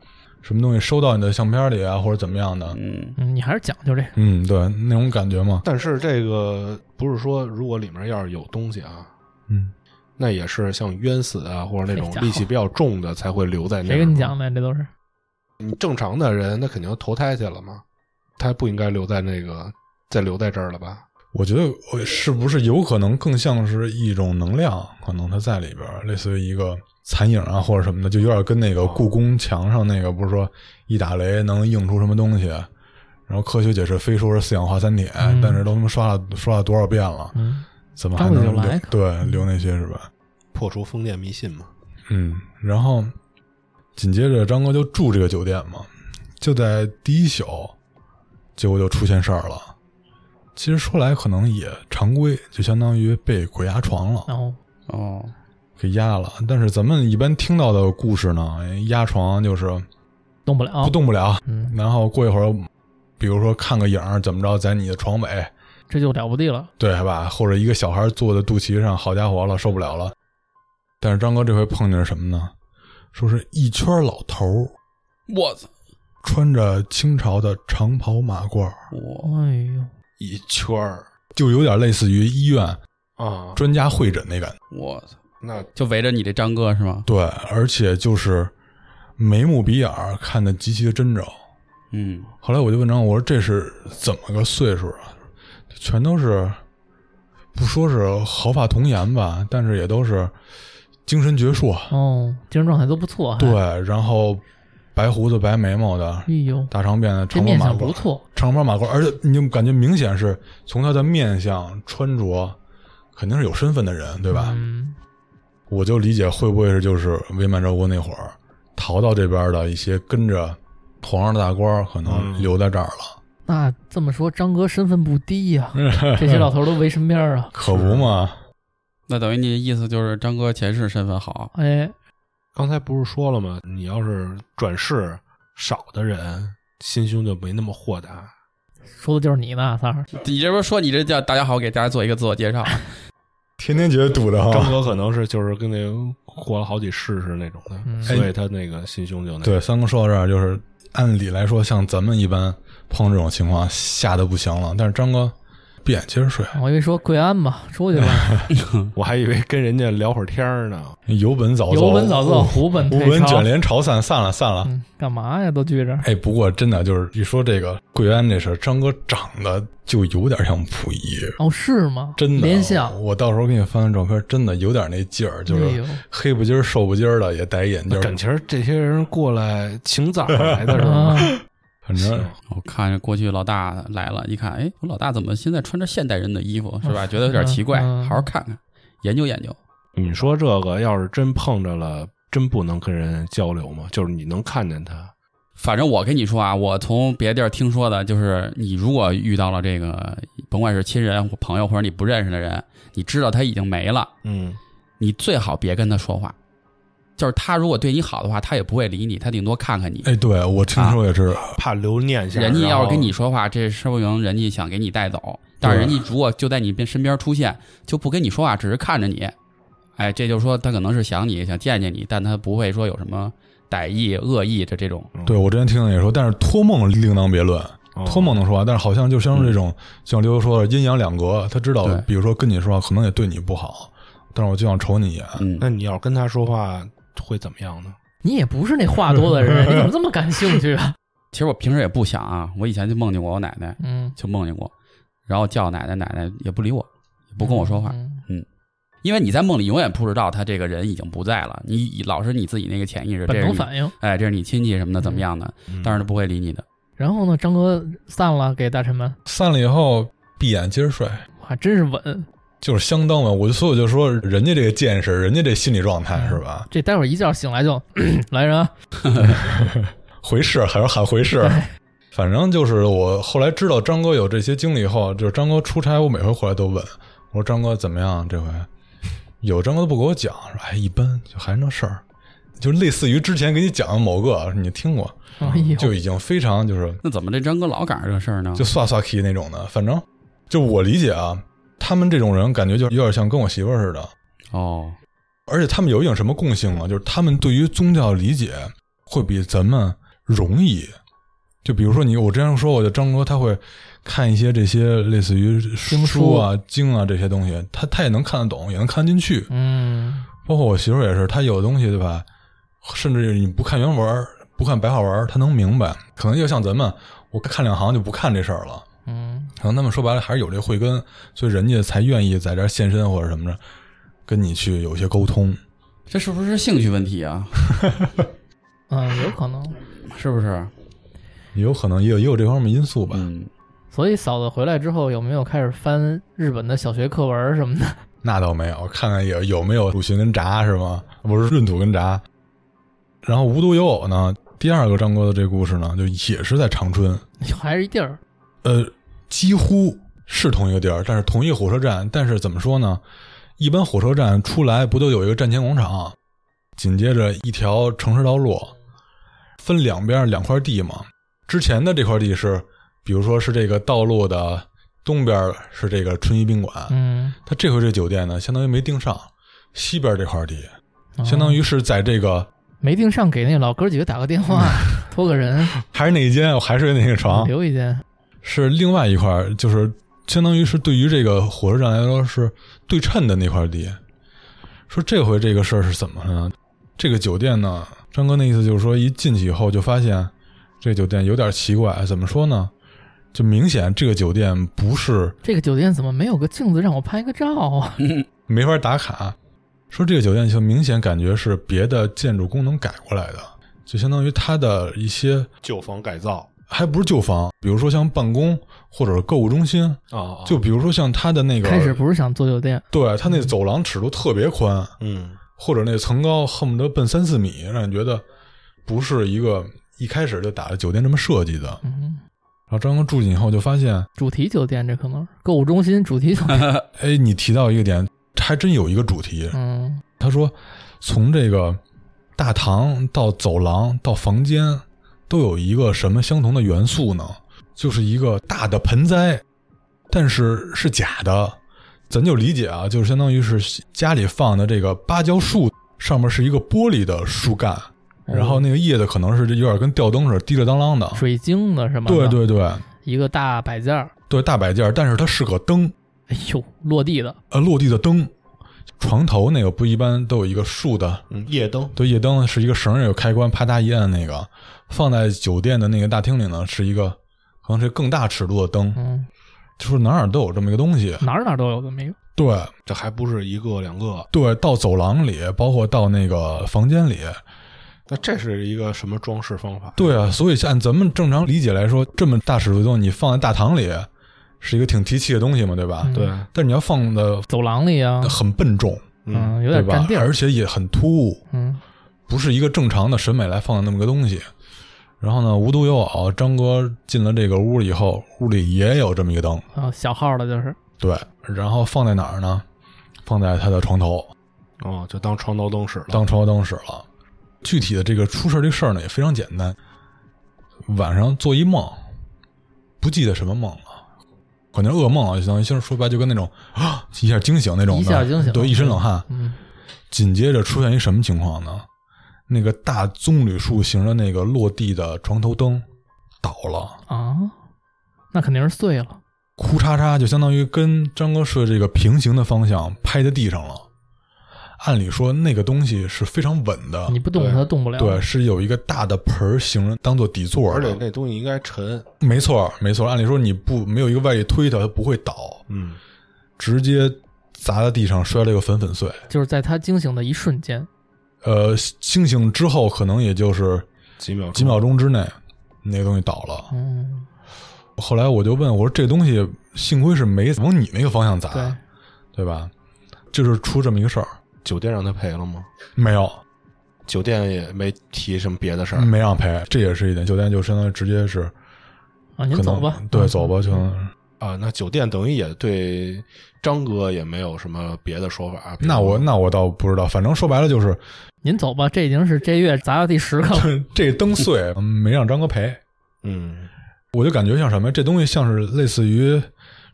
C: 什么东西收到你的相片里啊，或者怎么样的。
B: 嗯，
A: 嗯，你还是讲究这个，
C: 嗯，对，那种感觉嘛。
D: 但是这个不是说如果里面要是有东西啊，
C: 嗯，
D: 那也是像冤死啊或者那种
A: 这家伙
D: 戾气比较重的才会留在那儿。
A: 谁
C: 啊
A: 跟你讲的？这都是
D: 你正常的人，那肯定投胎去了嘛，他不应该留在那个再留在这儿了吧？
C: 我觉得呃是不是有可能更像是一种能量，可能它在里边儿，类似于一个残影啊或者什么的，就有点跟那个故宫墙上那个，不是说一打雷能映出什么东西。然后科学解释非说是四氧化三铁，
A: 嗯
C: 但是都他妈刷了刷了多少遍了，
A: 嗯，
C: 怎么还
A: 张嘴
C: 能
A: 就来嗯
C: 留对留那些是吧？
D: 破除封建迷信嘛。
C: 嗯，然后紧接着张哥就住这个酒店嘛，就在第一宿，结果就出现事儿了。其实说来可能也常规，就相当于被鬼压床了，
A: 然后
B: 哦，
C: 给压了。但是咱们一般听到的故事呢，压床就是
A: 动不了，
C: 不，动不了，
A: 嗯，
C: 然后过一会儿，比如说看个影儿，怎么着，在你的床尾，
A: 这就了不地了，
C: 对吧？或者一个小孩坐在肚脐上，好家伙了，受不了了。但是张哥这回碰见是什么呢？说是一圈老头儿，
B: 我操，
C: 穿着清朝的长袍马褂儿，
B: 我
C: 哦
A: 哎呦，
D: 一圈儿
C: 就有点类似于医院
D: 啊，
C: 专家会诊那感觉。
B: 我操，
D: 那
B: 就围着你这张哥是吗？
C: 对，而且就是眉目鼻眼儿看得极其的真着。
B: 嗯，
C: 后来我就问张，我说这是怎么个岁数啊？全都是不说是毫发童颜吧，但是也都是精神矍铄。啊
A: 哦，精神状态都不错，还
C: 对，，然后白胡子、白眉毛的，
A: 哎呦，
C: 大长辫子、
A: 这
C: 长袍
A: 面
C: 马
A: 相
C: 褂
A: 不
C: 儿。
A: 错，
C: 长袍马褂，而且你就感觉明显是从他的面相、穿着，肯定是有身份的人，对吧？
A: 嗯，
C: 我就理解会不会是就是伪满洲国那会儿逃到这边的一些跟着皇上的大官，可能
D: 嗯
C: 留在这儿了，
A: 那这么说，张哥身份不低 呀，这些老头都围身边儿啊，
C: 可不嘛？
B: 那等于你的意思就是张哥前世身份好，
A: 哎，
D: 刚才不是说了吗？你要是转世少的人，心胸就没那么豁达。
A: 说的就是你呢，三儿，
B: 你这不是说你这叫大家好，给大家做一个自我介绍？
C: 天天觉得堵得
D: 张
C: 慌。
D: 哥可能是就是跟那个活了好几世是那种的，
A: 嗯
D: 所以他那个心胸就那
C: 对，三哥说到这儿，就是按理来说，像咱们一般碰这种情况，吓得不行了。但是张哥闭眼接着睡，
A: 我以为说跪安吧，出去 吧，
D: 我还以为跟人家聊会儿天儿呢。
C: 有本早奏，
A: 有本早奏，无本
C: 无
A: 退
C: 哦本
A: 朝
C: 卷帘朝散，散了散了。
A: 嗯，干嘛呀？都聚着，
C: 哎，不过真的就是一说这个贵安这事儿，张哥长得就有点像溥仪，
A: 哦，是吗？
C: 真的。啊
A: 连相，
C: 我到时候给你翻翻照片，真的有点那劲儿，就
A: 哎
C: 是
A: 呦
C: 黑不筋儿、瘦不筋儿的，也戴眼镜
D: 那
C: 儿。
D: 感情这些人过来请早来的是
A: 啊
D: 吗？，
C: 反正
D: 行
B: 我看着过去老大来了，一看，哎，我老大怎么现在穿着现代人的衣服是吧？觉得有点奇怪，
A: 嗯嗯
B: 好好看看，研究研究。
D: 你说这个要是真碰着了，真不能跟人交流吗？就是你能看见他，
B: 反正我跟你说啊，我从别地儿听说的，就是你如果遇到了这个，甭管是亲人、或朋友或者你不认识的人，你知道他已经没了，
D: 嗯，
B: 你最好别跟他说话。就是他如果对你好的话，他也不会理你，他顶多看看你。
C: 哎，对我听说也是，
D: 怕留念想。
B: 人家要
D: 然
B: 是
D: 后
B: 跟你说话，这说明人家想给你带走，但是人
C: 对
B: 家如果就在你边身边出现，就不跟你说话，只是看着你，哎，这就是说他可能是想你，想见见你，但他不会说有什么歹意、恶意的这种。
C: 对我之前听的也说，但是托梦另当别论。
D: 哦嗯
C: 托梦能说话，但是好像就像是这种，像刘说的阴阳两隔，他知道
B: 对，
C: 比如说跟你说话，可能也对你不好，但是我就想瞅你一眼。
B: 嗯，
D: 那你要是跟他说话会怎么样呢？
A: 你也不是那话多的 人，你怎么这么感兴趣啊？
B: 其实我平时也不想啊，我以前就梦见过我奶奶，
A: 嗯，
B: 就梦见过，然后叫奶奶，奶奶也不理我，也不跟我说话，
A: 嗯
B: 因为你在梦里永远不知道他这个人已经不在了，你老是你自己那个潜意识，这
A: 本
B: 是
A: 能
B: 你，
A: 反应。
B: 哎，这是你亲戚什么的怎么样的，
D: 嗯
B: 当然他不会理你的。
A: 然后呢，张哥散了，给大臣们，
C: 散了以后，闭眼接着睡，
A: 还真是稳。
C: 就是相当稳。我就所以我就说，人家这个见识，人家这心理状态是吧？
A: 这待会儿一觉醒来就 来人啊，哎
C: 回事还是喊回事，反正就是我后来知道张哥有这些经历后，就是张哥出差，我每回回来都问我说张哥怎么样这回，有张哥都不给我讲，说哎一般就还那事儿，就类似于之前给你讲的某个，你听过，
A: 哎呦，
C: 就已经非常就是
B: 那怎么这张哥老赶上这事儿呢？
C: 就刷刷 key 那种的。反正就我理解啊，他们这种人感觉就有点像跟我媳妇儿似的，
B: 哦，
C: 而且他们有一种什么共性啊，就是他们对于宗教理解会比咱们容易。就比如说你，我之前说过，就张哥他会看一些这些类似于书啊、经啊这些东西，他他也能看得懂，也能看进去。
A: 嗯，
C: 包括我媳妇儿也是，她有的东西对吧？甚至你不看原文儿，不看白话文儿，她能明白。可能就像咱们，我看两行就不看这事儿了。
A: 嗯，
C: 可能他们说白了还是有这慧根，所以人家才愿意在这儿现身或者什么的，跟你去有些沟通。
B: 这是不是兴趣问题啊？
A: 嗯，有可能。
B: 是不是？
C: 也有可能也有也有这方面因素吧。
B: 嗯，
A: 所以嫂子回来之后有没有开始翻日本的小学课文什么的？
C: 那倒没有，看看有有没有鲁迅跟炸是吗？不是闰土跟炸。然后无独有偶呢，第二个张哥的这故事呢，就也是在长春，
A: 还是一地儿？
C: 呃，几乎是同一个地儿，但是同一火车站。但是怎么说呢？一般火车站出来不都有一个站前广场，紧接着一条城市道路，分两边两块地嘛。之前的这块地是，比如说是这个道路的东边是这个春怡宾馆，
A: 嗯，
C: 它这回这酒店呢，相当于没盯上西边这块地，
A: 哦
C: 相当于是在这个
A: 啊没定上给那老哥几个打个电话，
C: 嗯
A: 托个人
C: 还是那一间，我还睡那个床，
A: 留一间。
C: 是另外一块儿，就是相当于是对于这个火车站来说是对称的那块地。说这回这个事儿是怎么了呢？这个酒店呢，张哥那意思就是说，一进去以后就发现这酒店有点奇怪，怎么说呢？就明显这个酒店不是
A: 这个酒店怎么没有个镜子让我拍个照啊？
C: 没法打卡。说这个酒店就明显感觉是别的建筑工程改过来的，就相当于它的一些
D: 旧房改造
C: 还不是旧房，比如说像办公或者是购物中心，
B: 哦
D: 啊，
C: 就比如说像它的那个
A: 开始不是想做酒店，
C: 对它那走廊尺度特别宽，
D: 嗯
C: 或者那层高恨不得奔三四米，让你觉得不是一个一开始就打的酒店这么设计的。
A: 嗯，
C: 然后张哥住进以后就发现，
A: 主题酒店这可能是购物中心主题酒 店。
C: 哎，你提到一个点，还真有一个主题。
A: 嗯
C: 他说，从这个大堂到走廊到房间，都有一个什么相同的元素呢？就是一个大的盆栽，但是是假的。咱就理解啊，就是相当于是家里放的这个芭蕉树，上面是一个玻璃的树干，
A: 哦
C: 然后那个叶子可能是有点跟吊灯似的，滴了当啷的。
A: 水晶的是吗？
C: 对，对对
A: 一个大摆件儿，
C: 对，大摆件儿，但是它是个灯，
A: 哎呦，落地的，
C: 呃，落地的灯。床头那个不一般都有一个树的
D: 嗯，夜灯
C: 对，夜灯是一个绳儿有开关，啪嗒一按那个，放在酒店的那个大厅里呢，是一个可能是更大尺度的灯，
A: 嗯，
C: 就是哪儿都有这么一个东西。
A: 哪儿哪儿都有这么一个。
C: 对
D: 这还不是一个两个，
C: 对，到走廊里，包括到那个房间里，
D: 那这是一个什么装饰方法？
C: 对啊，所以按咱们正常理解来说，这么大尺度的东西，你放在大堂里是一个挺提气的东西嘛，对吧？
A: 嗯
D: 对，
C: 但你要放的
A: 走廊里啊，
C: 很笨重，
D: 嗯，
A: 嗯，有
C: 对
A: 点
C: 吧
A: 占地？儿
C: 而，且也很突兀。
A: 嗯，
C: 不是一个正常的审美来放的那么个东西。然后呢，无独有偶，张哥进了这个屋以后，屋里也有这么一个灯，
A: 啊，小号的就是，
C: 对，然后放在哪儿呢？放在他的床头，
D: 哦，就当床头灯使了。
C: 当床头灯使了。具体的这个出事儿这事儿呢，也非常简单。晚上做一梦，不记得什么梦了，可能是噩梦啊，就相当于就是说白就跟那种啊一下惊醒那种的，
A: 一下惊醒
C: 对，一身冷汗。
A: 嗯，
C: 紧接着出现一什么情况呢？那个大棕榈树形的那个落地的床头灯倒了，
A: 啊，那肯定是碎了，
C: 哭嚓嚓，就相当于跟张哥睡这个平行的方向拍在地上了。按理说那个东西是非常稳的
A: 你，不动
D: 对
A: 它动不了。
C: 哦对，，是有一个大的盆儿形的当做底座
D: 而且
C: 的，
D: 那东西应该沉，
C: 没错没错。按理说你不没有一个外力推它，它不会倒，
D: 嗯，
C: 直接砸在地上摔了个粉粉碎。
A: 就是在他惊醒的一瞬间，
C: 呃，清醒之后可能也就是
D: 几秒钟
C: 几秒钟之内，那个东西倒了。
A: 嗯，
C: 后来我就问我说：“这东西幸亏是没往你那个方向砸，
A: 对，啊
C: 对吧？就是出这么一个事儿，
D: 酒店让他赔了吗？
C: 没有
D: 酒店也没提什么别的事儿，
C: 没让赔，这也是一点。酒店就相当于直接是
A: 啊，
C: 可
A: 您
C: 能
A: 走吧，
C: 对，
A: 嗯
C: 走吧，就
D: 啊，那酒店等于也对张哥也没有什么别的说法。比如
C: 那我那我倒不知道，反正说白了就是
A: 您走吧，这已经是这月砸到第十个了。
C: 这灯碎嗯没让张哥赔，
D: 嗯，
C: 我就感觉像什么，这东西像是类似于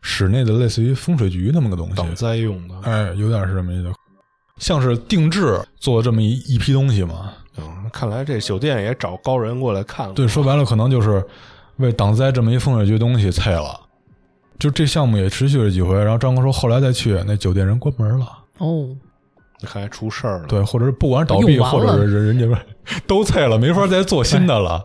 C: 室内的类似于风水局那么个东西，
D: 挡灾用的，
C: 哎，有点是这么一个，像是定制做这么一一批东西嘛。
D: 嗯，那看来这酒店也找高人过来看了。
C: 对，说白了，可能就是为挡灾这么一风水局的东西菜了。就这项目也持续了几回，然后张哥说后来再去，那酒店人关门了，
A: 哦，
D: 看来出事儿了。
C: 对，或者是不管是倒闭，
A: 用完
C: 或
A: 了
C: 者是 人人家都菜了，没法再做新的了。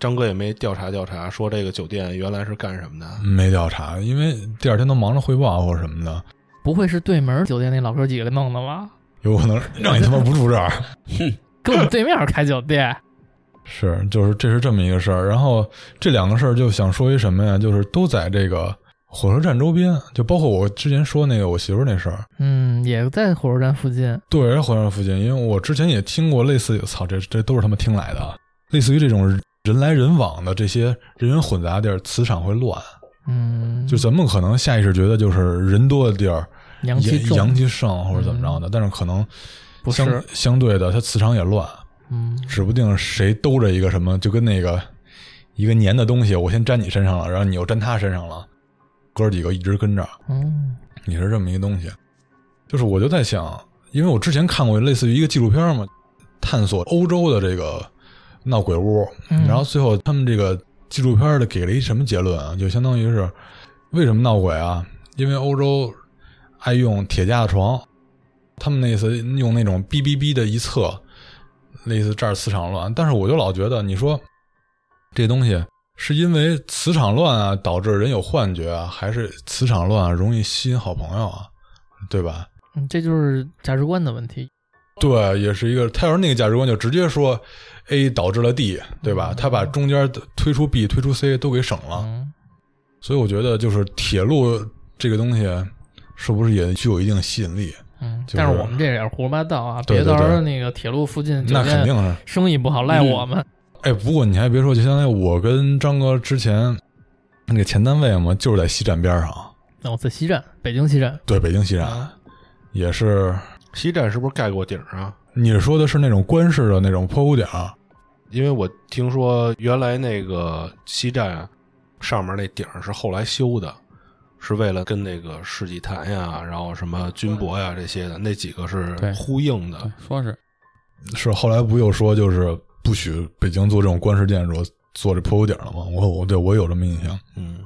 D: 张哥也没调查调查，说这个酒店原来是干什么的。
C: 没调查，因为第二天都忙着汇报或者什么的，
A: 不会是对门酒店那老哥几个弄的吧？
C: 有可能让你他妈不住这儿。
A: 跟我们对面开酒店，
C: 是，就是这是这么一个事儿。然后这两个事儿就想说一什么呀？就是都在这个火车站周边，就包括我之前说那个我媳妇儿那事儿，
A: 嗯，也在火车站附近。
C: 对，在火车站附近。因为我之前也听过类似，操，这这都是他们听来的啊，类似于这种人来人往的这些人员混杂的地儿，磁场会乱。
A: 嗯，
C: 就咱们可能下意识觉得就是人多的地儿
A: 阳气重，嗯
C: 阳气盛或者怎么着的，但是可能
A: 不
C: 相
A: 是，
C: 相对的，它磁场也乱。
A: 嗯，
C: 指不定谁兜着一个什么，就跟那个一个粘的东西，我先粘你身上了，然后你又粘他身上了，哥几个一直跟着，
A: 嗯，
C: 你是这么一个东西。就是我就在想，因为我之前看过类似于一个纪录片嘛，探索欧洲的这个闹鬼屋，
A: 嗯
C: 然后最后他们这个纪录片的给了一什么结论啊？就相当于是为什么闹鬼啊？因为欧洲爱用铁架子床，他们那次用那种哔哔哔的一测，类似这儿磁场乱。但是我就老觉得，你说这东西是因为磁场乱啊，导致人有幻觉啊，还是磁场乱啊容易吸引好朋友啊？对吧？
A: 嗯这就是价值观的问题。
C: 对，也是一个。他要是那个价值观，就直接说 A 导致了 D，对吧？他把中间的推出 B、推出 C 都给省了。
A: 嗯，
C: 所以我觉得，就是铁路这个东西，是不是也具有一定吸引力？
A: 嗯，
C: 就是
A: 但是我们这也是胡说八道啊，
C: 对对
A: 别
C: 对
A: 到时候那个铁路附近嗯酒
C: 那
A: 店
C: 肯定是。
A: 生意不好赖我们。
C: 哎，不过你还别说，就相当于我跟张哥之前那个前单位嘛，就是在西站边上，
A: 那我在西站，北京西站，
C: 对，北京西站、
A: 嗯
C: 也是。
D: 啊西站是不是盖过顶啊？
C: 你说的是那种官式的那种坡谷点儿，
D: 因为我听说原来那个西站啊上面那顶儿是后来修的，是为了跟那个世纪坛呀，然后什么军博呀这些的，那几个是
B: 对
D: 呼应的。
B: 说是
C: 是后来不又说就是不许北京做这种官式建筑，做这坡谷点儿了吗？我我对我有这么印象。
D: 嗯，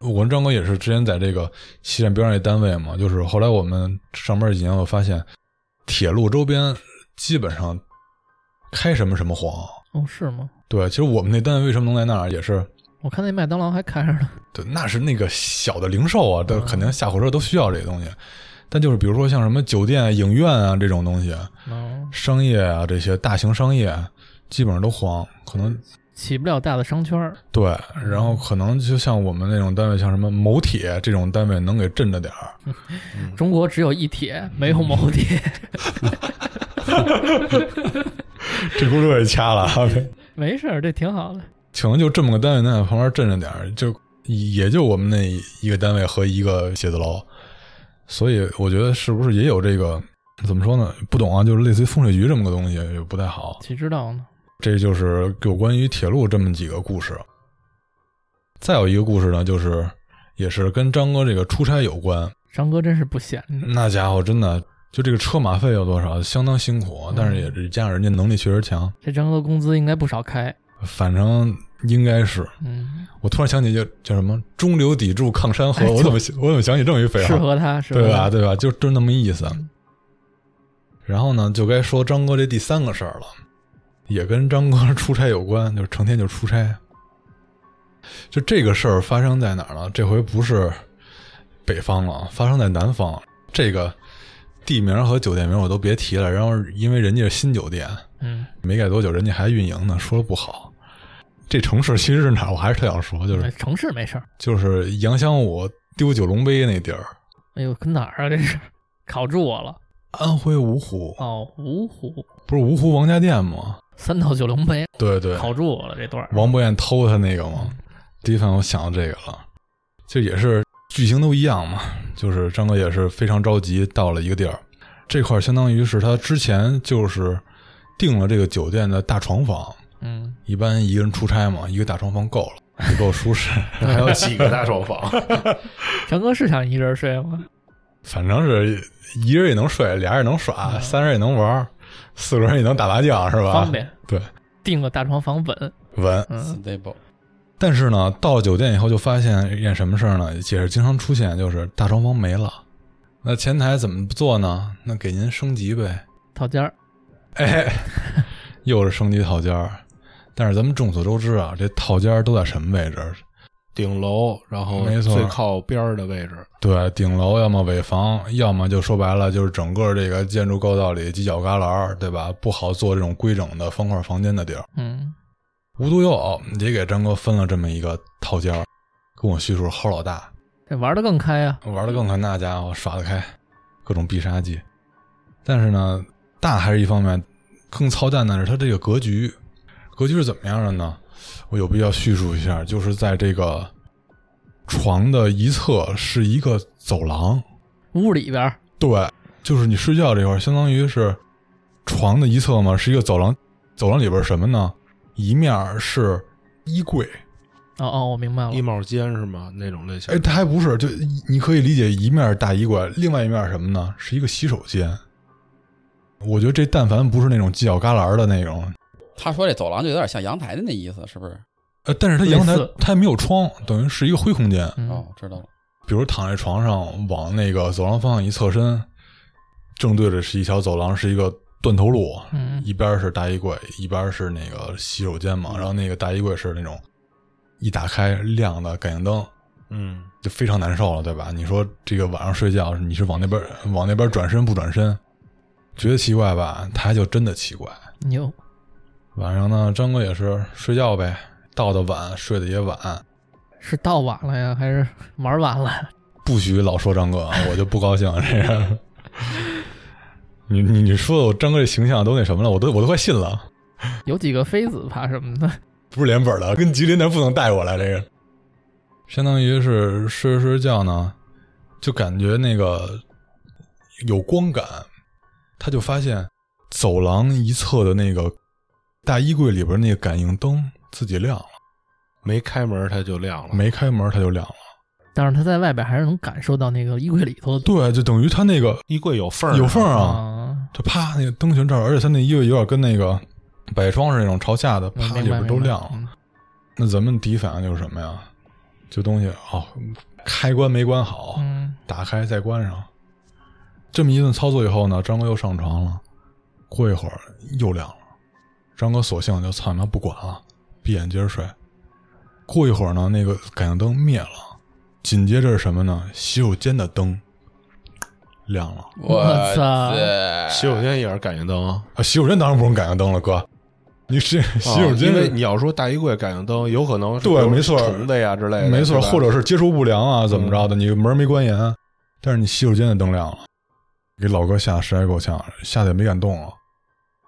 C: 我跟张哥也是之前在这个西站边上那单位嘛，就是后来我们上班几年，我发现铁路周边基本上开什么什么黄。
A: 哦，是吗？
C: 对，其实我们那单位为什么能在那儿，也是
A: 我看那麦当劳还开着呢。
C: 对，那是那个小的零售啊，这
A: 嗯
C: 肯定下火车都需要这些东西。但就是比如说像什么酒店啊、影院啊这种东西，
A: 嗯，
C: 商业啊这些大型商业，基本上都黄，可能
A: 起不了大的商圈儿。
C: 对。然后可能就像我们那种单位，像什么某铁这种单位能给镇着点儿。
D: 嗯
A: 中国只有一铁，没有某铁。
C: 嗯 这轱辘也掐了， 啊
A: 没事儿，这挺好的。
C: 可能就这么个单位能在旁边镇着点儿，就也就我们那一个单位和一个写字楼。所以我觉得是不是也有这个怎么说呢？不懂啊，就是类似于风水局这么个东西也不太好。
A: 谁知道呢？
C: 这就是有关于铁路这么几个故事。再有一个故事呢，就是也是跟张哥这个出差有关。
A: 张哥真是不闲着。
C: 那家伙真的就这个车马费有多少，相当辛苦，但是也是加上人家能力确实强，
A: 这张哥工资应该不少开。
C: 反正应该是。
A: 嗯，
C: 我突然想起叫叫什么“中流砥柱抗山河”，我怎么想我怎么想起这么一废
A: 哎适
C: 话，
A: 合他，适合
C: 对吧？
A: 他
C: 对啊吧？就就那么意思
A: 嗯。
C: 然后呢，就该说张哥这第三个事儿了，也跟张哥出差有关，就是成天就出差。就这个事儿发生在哪儿呢？这回不是北方了，发生在南方。这个地名和酒店名我都别提了，然后因为人家是新酒店，
A: 嗯，
C: 没盖多久人家还运营呢，说的不好。这城市其实是哪儿？我还是特想说，就是
A: 哎城市没事儿。
C: 就是杨香武丢九龙杯那地儿，
A: 哎呦，跟哪儿啊？这是 考住我了。
C: 安徽芜湖，
A: 哦，芜湖
C: 不是芜湖王家店吗？
A: 三到九龙杯
C: 对对，
A: 考住我了这段儿。
C: 王伯彦偷他那个吗？第一反应我想到这个了，就也是剧情都一样嘛，就是张哥也是非常着急，到了一个地儿，这块儿相当于是他之前就是订了这个酒店的大床房，
A: 嗯，
C: 一般一个人出差嘛，一个大床房够了，也够舒适，
D: 还有几个大床房？
A: 强哥是想一人睡吗？
C: 反正是一人也能睡，俩人也能耍，
A: 嗯
C: 三人也能玩儿，四个人也能打麻将，是吧？
A: 方。便，
C: 啊对，
A: 订个大床房稳，
C: 稳。
A: 嗯，
B: stable
C: 但是呢，到了酒店以后就发现一件什么事儿呢？也是经常出现，就是大床房没了。那前台怎么做呢？那给您升级呗。
A: 套间儿，
C: 哎，又是升级套间儿。但是咱们众所周知啊，这套间儿都在什么位置？
D: 顶楼，然后
C: 没错
D: 最靠边儿的位置，
C: 对，顶楼要么尾房，要么就说白了就是整个这个建筑构造里犄角旮旯儿，对吧？不好做这种规整的方块房间的地儿。
A: 嗯，
C: 无独有偶，也给张哥分了这么一个套间儿，跟我叙述齁老大，
A: 这玩的更开啊，
C: 玩的更狠，那家伙耍得开，各种必杀技。但是呢，大还是一方面，更操蛋的是他这个格局，格局是怎么样的呢？我有必要叙述一下，就是在这个床的一侧是一个走廊，
A: 屋里边儿，
C: 对，就是你睡觉这块儿，相当于是床的一侧嘛，是一个走廊，走廊里边儿什么呢？一面儿是衣柜，
A: 哦哦，我明白了
D: 衣，帽间是吗？那种类型
C: 啊哎，？它还不是，就一你可以理解一面儿大衣柜，另外一面儿什么呢？是一个洗手间。我觉得这但凡不是那种犄角旮旯的那种，
B: 他说这走廊就有点像阳台的那意思，是不是？
C: 呃，但是它
A: 类
C: 阳台
A: 似
C: 它也没有窗，等于是一个灰空间。
A: 嗯，
B: 哦，知道了。
C: 比如躺在床上，往那个走廊方向一侧身，正对着是一条走廊，是一个断头路，
A: 嗯
C: 一边是大衣柜，一边是那个洗手间嘛。然后那个大衣柜是那种一打开亮的感应灯，
D: 嗯，
C: 就非常难受了，对吧？你说这个晚上睡觉，你是往那边往那边转身不转身，觉得奇怪吧？他就真的奇怪。
A: 牛，
C: 晚上呢，张哥也是睡觉呗，到的晚，睡得也晚，
A: 是到晚了呀，还是玩晚了？
C: 不许老说张哥，啊我就不高兴。这个， 你你你说的我张哥这形象都那什么了，我都我都快信了。
A: 有几个妃子怕什么的？
C: 不是连本的，跟吉林那不能带过来。这个相当于是睡着睡着觉呢，就感觉那个有光感，他就发现走廊一侧的那个大衣柜里边那个感应灯自己亮了，
D: 没开门它就亮了，
C: 没开门它就亮了。
A: 但是他在外边还是能感受到那个衣柜里头的
C: 对，就等于他那个
D: 衣柜有缝儿，
C: 有缝儿啊，
A: 啊，
C: 就啪那个灯全照，而且他那衣服有点跟那个百窗是那种朝下的，
A: 嗯
C: 啪
A: 明
C: 里
A: 白
C: 边都
A: 明白
C: 亮了。
A: 嗯
C: 那咱们第一反应就是什么呀？这东西哦，开关没关好，
A: 嗯，
C: 打开再关上。这么一顿操作以后呢，张哥又上床了。过一会儿又亮了，张哥索性就操你妈不管了，闭眼接着睡。过一会儿呢，那个感应灯灭了，紧接着是什么呢？洗手间的灯亮了
A: 我操
B: 塞
D: 洗手间也是感应灯啊，
C: 啊！洗手间当然不用感应灯了，哥，你这洗手间
D: 哦因为你要说大衣柜感应灯，有可能是
C: 对
D: 有
C: 没错
D: 虫子呀之类的，
C: 没错，
D: 是哎吧
C: 或者是接触不良啊，怎么着的？你门没关严，啊但是你洗手间的灯亮了，给老哥吓得实在够呛，吓得也没敢动了，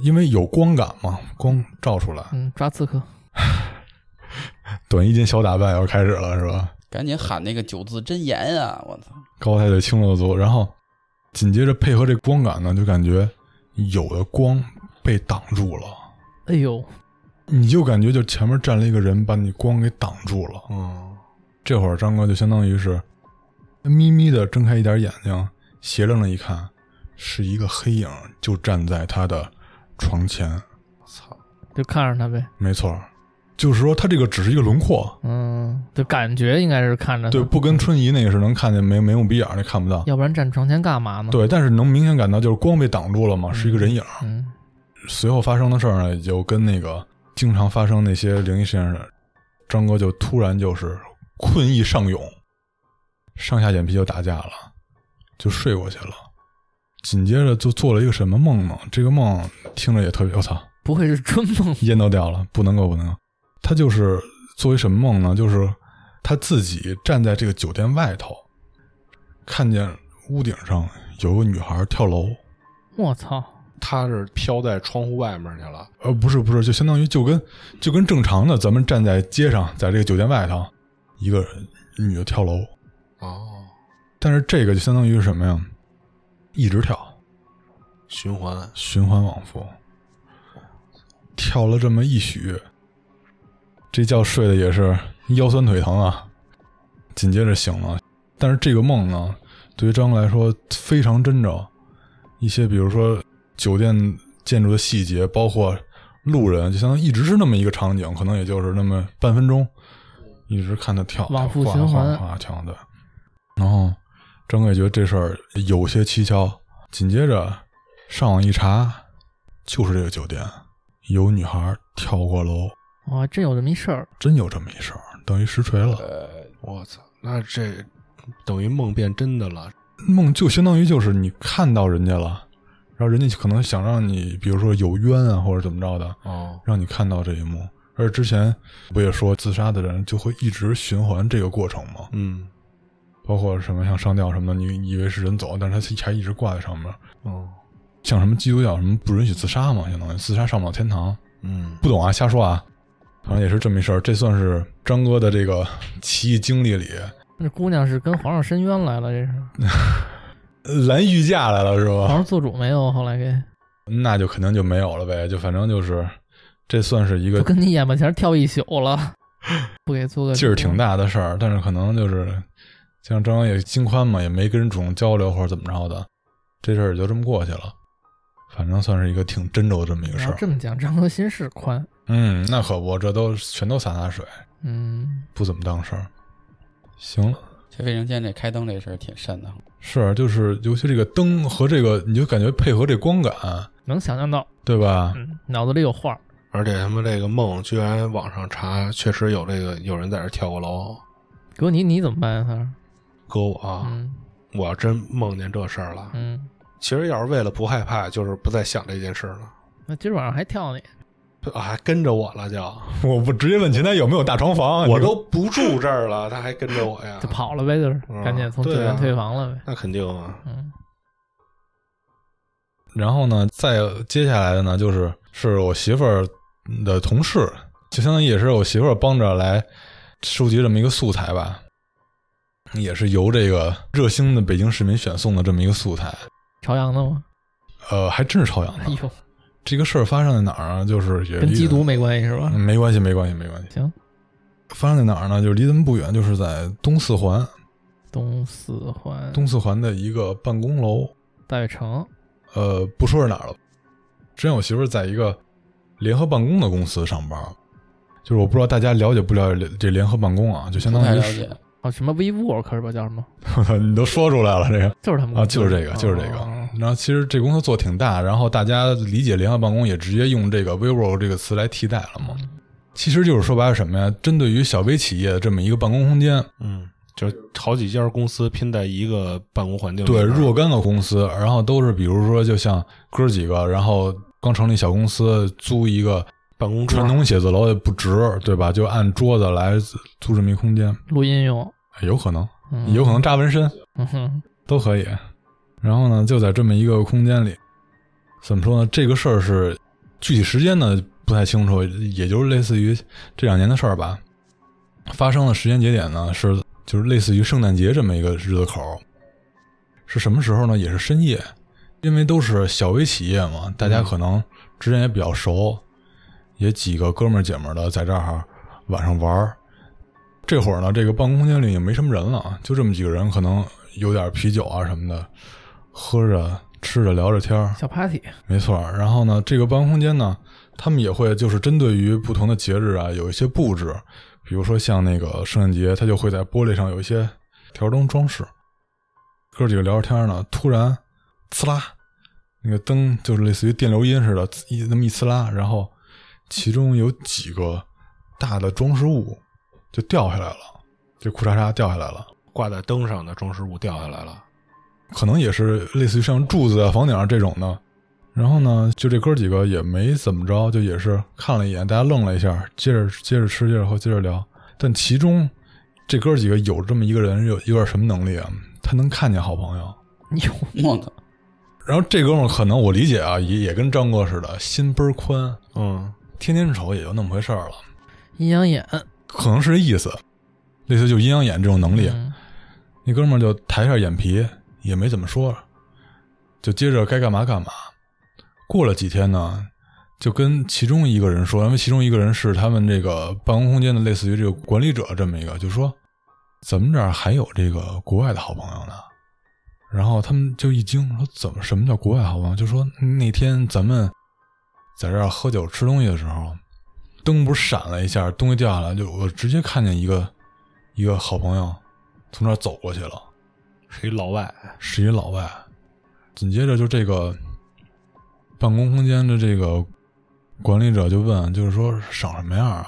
C: 因为有光感嘛，光照出来，
A: 嗯，抓刺客，
C: 短衣间小打扮要开始了，是吧？
B: 赶紧喊那个九字真言啊！我操，
C: 高抬腿轻落足，然后紧接着配合这光感呢，就感觉有的光被挡住了，
A: 哎呦，
C: 你就感觉就前面站了一个人，把你光给挡住了。
D: 嗯，
C: 这会儿张哥就相当于是眯眯的睁开一点眼睛，斜愣着一看，是一个黑影就站在他的床前。
D: 操，
A: 就看着他呗，
C: 没错儿，就是说他这个只是一个轮廓，
A: 嗯，就感觉应该是看着他
C: 对，不跟春姨那个是能看见眉眉目鼻眼儿那看不到，
A: 要不然站床前干嘛呢？，
C: 对，但是能明显感到就是光被挡住了嘛，是一个人影儿。
A: 嗯，
C: 随后发生的事儿呢，也就跟那个经常发生那些灵异事件似的，张哥就突然就是困意上涌，上下眼皮就打架了，就睡过去了。紧接着就做了一个什么梦呢？这个梦听着也特别，我、操，
A: 不会是春梦
C: 烟都掉了，不能够，不能够。他就是做一什么梦呢？就是他自己站在这个酒店外头，看见屋顶上有个女孩跳楼。
A: 我操！
D: 他是飘在窗户外面去了，
C: 呃，不是不是，就相当于就跟就跟正常的咱们站在街上，在这个酒店外头，一个女的跳楼，但是这个就相当于是什么呀？一直跳，
D: 循环，
C: 循环往复，跳了这么一宿，这觉睡的也是腰酸腿疼啊。紧接着醒了，但是这个梦呢，对于张来说非常真着。一些比如说酒店建筑的细节，包括路人，就相当于一直是那么一个场景，可能也就是那么半分钟，一直看他跳，
A: 往复
C: 哗
A: 循环
C: 哗哗跳的。然后张哥也觉得这事儿有些蹊跷，紧接着上网一查，就是这个酒店有女孩跳过楼，
A: 哇，真啊有这么一事儿，
C: 真有这么一事儿，等于实锤了。
B: 呃，
D: 我操，那这等于梦变真的了，
C: 梦就相当于就是你看到人家了，然后人家可能想让你，比如说有冤啊或者怎么着的，
D: 哦，
C: 让你看到这一幕。而之前不也说自杀的人就会一直循环这个过程吗？
D: 嗯，
C: 包括什么像上吊什么的，你你以为是人走，但是他还一直挂在上面。
D: 哦，
C: 像什么基督教什么不允许自杀嘛，相当于自杀上不了天堂。
D: 嗯，
C: 不懂啊，瞎说啊。反正也是这么一事儿，这算是张哥的这个奇异经历里
A: 那姑娘是跟皇上申冤来了，这是
C: 呃蓝御驾来了是
A: 皇
C: 吧？
A: 上做主没有？后来给
C: 那就肯定就没有了呗，就反正就是，这算是一
A: 就
C: 个
A: 跟你眼巴前儿跳一宿了，不给做个
C: 劲儿挺
A: 主
C: 大的事儿，但是可能就是像张哥也心宽嘛，也没跟人主动交流或者怎么着的，这事儿也就这么过去了。反正算是一个挺真轴的这么一个
A: 你
C: 事
A: 要
C: 儿
A: 啊这。么讲，张哥心是宽，
C: 嗯，那可不，这都全都洒洒水，
A: 嗯，
C: 不怎么当事儿。行了。
B: 这卫生间这开灯这事儿挺瘆的。
C: 是，啊就是尤其这个灯和这个，你就感觉配合这光感，
A: 能想象到，
C: 对吧？
A: 嗯，脑子里有画儿，
D: 而且他妈这个梦居然网上查，确实有这个有人在这跳过楼，
A: 哥你你怎么办啊？
D: 搁我啊，
A: 嗯
D: 我要真梦见这事儿了，
A: 嗯，
D: 其实要是为了不害怕，就是不再想这件事了。
A: 那今儿晚上还跳你，
D: 啊，还跟着我了就，
C: 我不直接问前台有没有大床房，啊
D: 我
C: 你
D: 都不住这儿了，他还跟着我呀
A: 就？跑了呗，就是
D: 啊
A: 赶紧从酒
D: 对
A: 店
D: 啊
A: 退房了呗，
D: 那肯定啊，
A: 嗯，
C: 然后呢，再接下来的呢，就是是我媳妇儿的同事，就相当于也是我媳妇儿帮着来收集这么一个素材吧，也是由这个热心的北京市民选送的这么一个素材。
A: 朝阳的吗？
C: 呃，还真是朝阳
A: 哎
C: 的。
A: 呦，
C: 这个事儿发生在哪儿啊？就是也
A: 跟
C: 离
A: 缉毒没关系是吧？
C: 嗯没关系，没关系，没关系。
A: 行，
C: 发生在哪儿呢？就是离咱们不远，就是在东四环，
A: 东四环，
C: 东四环的一个办公楼。
A: 大悦城，
C: 呃，不说是哪儿了。之前我媳妇儿在一个联合办公的公司上班，就是我不知道大家了解不了解这联合办公啊，就相
B: 不
C: 当
B: 太
C: 于
B: 了
C: 是
B: 解，
A: 哦，什么 WeWork 是吧？叫什么？
C: 我操，你都说 出来了这个
A: 就是他们
C: 啊，
A: 公司
C: 就是这个，就是这个
A: 哦。
C: 然后其实这公司做挺大，然后大家理解联合办公也直接用这个 WeWork 这个词来替代了嘛。其实就是说白了什么呀？针对于小微企业的这么一个办公空间，
D: 嗯，就是好几家公司拼在一个办公环境里
C: 对
D: 边，
C: 若干个公司，然后都是比如说就像哥几个，然后刚成立小公司，租一个
D: 办公桌
C: 传统写字楼也不值，对吧？就按桌子来租这么一空间，
A: 录音用，
C: 哎有可能，
A: 嗯
C: 有可能扎纹身
A: 嗯哼，
C: 都可以。然后呢，就在这么一个空间里，怎么说呢？这个事儿是具体时间呢不太清楚，也就是类似于这两年的事儿吧。发生的时间节点呢是就是类似于圣诞节这么一个日子口儿，是什么时候呢？也是深夜，因为都是小微企业嘛，大家可能之前也比较熟，也几个哥们儿姐们儿的在这儿晚上玩儿。这会儿呢，这个办公空间里也没什么人了，就这么几个人，可能有点啤酒啊什么的，喝着吃着聊着天儿，
A: 小 party，
C: 没错儿。然后呢，这个办公空间呢，他们也会就是针对于不同的节日啊，有一些布置，比如说像那个圣诞节，他就会在玻璃上有一些条灯装饰。哥几个聊着天呢，突然呲啦，那个灯就是类似于电流音似的，呲一那么一呲啦，然后其中有几个大的装饰物就掉下来了，就裤衩衩掉下来了。
D: 挂在灯上的装饰物掉下来了，
C: 可能也是类似于像柱子啊、房顶啊这种的。然后呢，就这哥几个也没怎么着，就也是看了一眼，大家愣了一下，接着接着吃，接着喝，接着聊。但其中这哥几个有这么一个人，有有点什么能力啊？他能看见好朋友。
A: 有
B: 我靠，
C: 然后这哥们儿可能我理解啊，也也跟张哥似的，心倍儿宽，
D: 嗯，
C: 天天瞅也就那么回事儿了，
A: 阴阳眼，
C: 嗯
A: 嗯
C: 可能是这意思，类似就阴阳眼这种能力。
A: 嗯
C: 那哥们儿就抬下眼皮，也没怎么说，就接着该干嘛干嘛。过了几天呢，就跟其中一个人说，因为其中一个人是他们这个办公空间的类似于这个管理者这么一个，就说咱们这儿还有这个国外的好朋友呢。然后他们就一惊，说怎么什么叫国外好朋友？就说那天咱们在这儿喝酒吃东西的时候，灯不是闪了一下，东西掉下来，就我直接看见一个一个好朋友从那儿走过去了，
D: 是一老外，
C: 是一老外。紧接着就这个办公空间的这个管理者就问，就是说长什么样啊？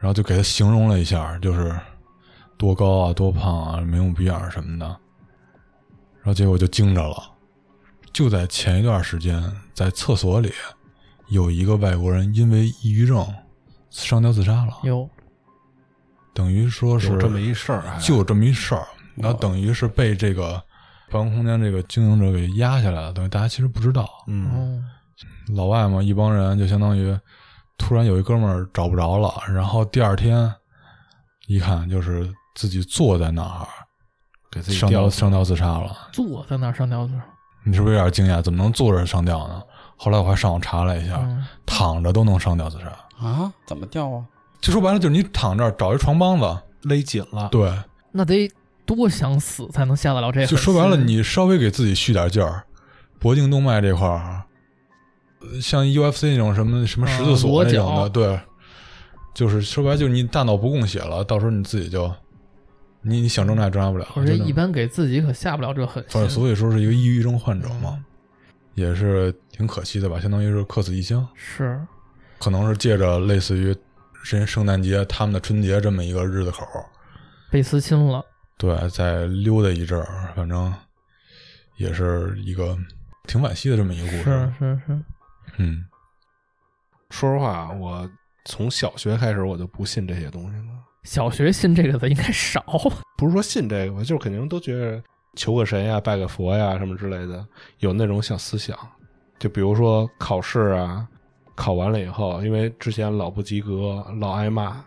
C: 然后就给他形容了一下，就是多高啊，多胖啊，没有鼻眼儿什么的。然后结果就惊着了。就在前一段时间，在厕所里有一个外国人因为抑郁症上吊自杀了，
A: 有
C: 等于说是
D: 有这么一事儿还，
C: 就有这么一事儿，然后等于是被这个办公空间这个经营者给压下来了，等于大家其实不知道，
D: 嗯，
A: 哦，
C: 老外嘛，一帮人就相当于突然有一哥们儿找不着了，然后第二天一看就是自己坐在那儿
D: 给自己
C: 上
D: 掉
C: 吊上吊自杀了。
A: 坐在那儿上吊子，
C: 你是不是有点惊讶？怎么能坐着上吊呢？后来我还上网查了一下，
A: 嗯，
C: 躺着都能上吊自杀。
B: 啊？怎么掉啊？
C: 就说白了，就是你躺这儿找一床帮子，
D: 勒紧了，
C: 对，
A: 那得多想死才能下得了这个。
C: 就说白了，你稍微给自己蓄点劲儿，脖颈动脉这块儿，呃像 UFC 那种什么什么十字锁
A: 啊
C: 那种的，
A: 裸脚
C: 对，就是说白了，就是你大脑不供血了，到时候你自己就你你想挣扎也挣扎不了。
A: 我这
C: 真的
A: 一，般给自己可下不了这狠心。
C: 反正所以说是一个抑郁症患者嘛，也是挺可惜的吧，相当于是客死异乡。
A: 是，
C: 可能是借着类似于人圣诞节他们的春节这么一个日子口儿，
A: 被私心了，
C: 对，再溜达一阵儿，反正也是一个挺惋惜的这么一个故
A: 是
C: 事。
A: 是是，
C: 嗯，
D: 说实话，我从小学开始我就不信这些东西了，
A: 小学信这个的应该少，
D: 不是说信这个吧，就是肯定都觉得求个神呀、拜个佛呀什么之类的，有那种小思想。就比如说考试啊，考完了以后，因为之前老不及格，老挨骂，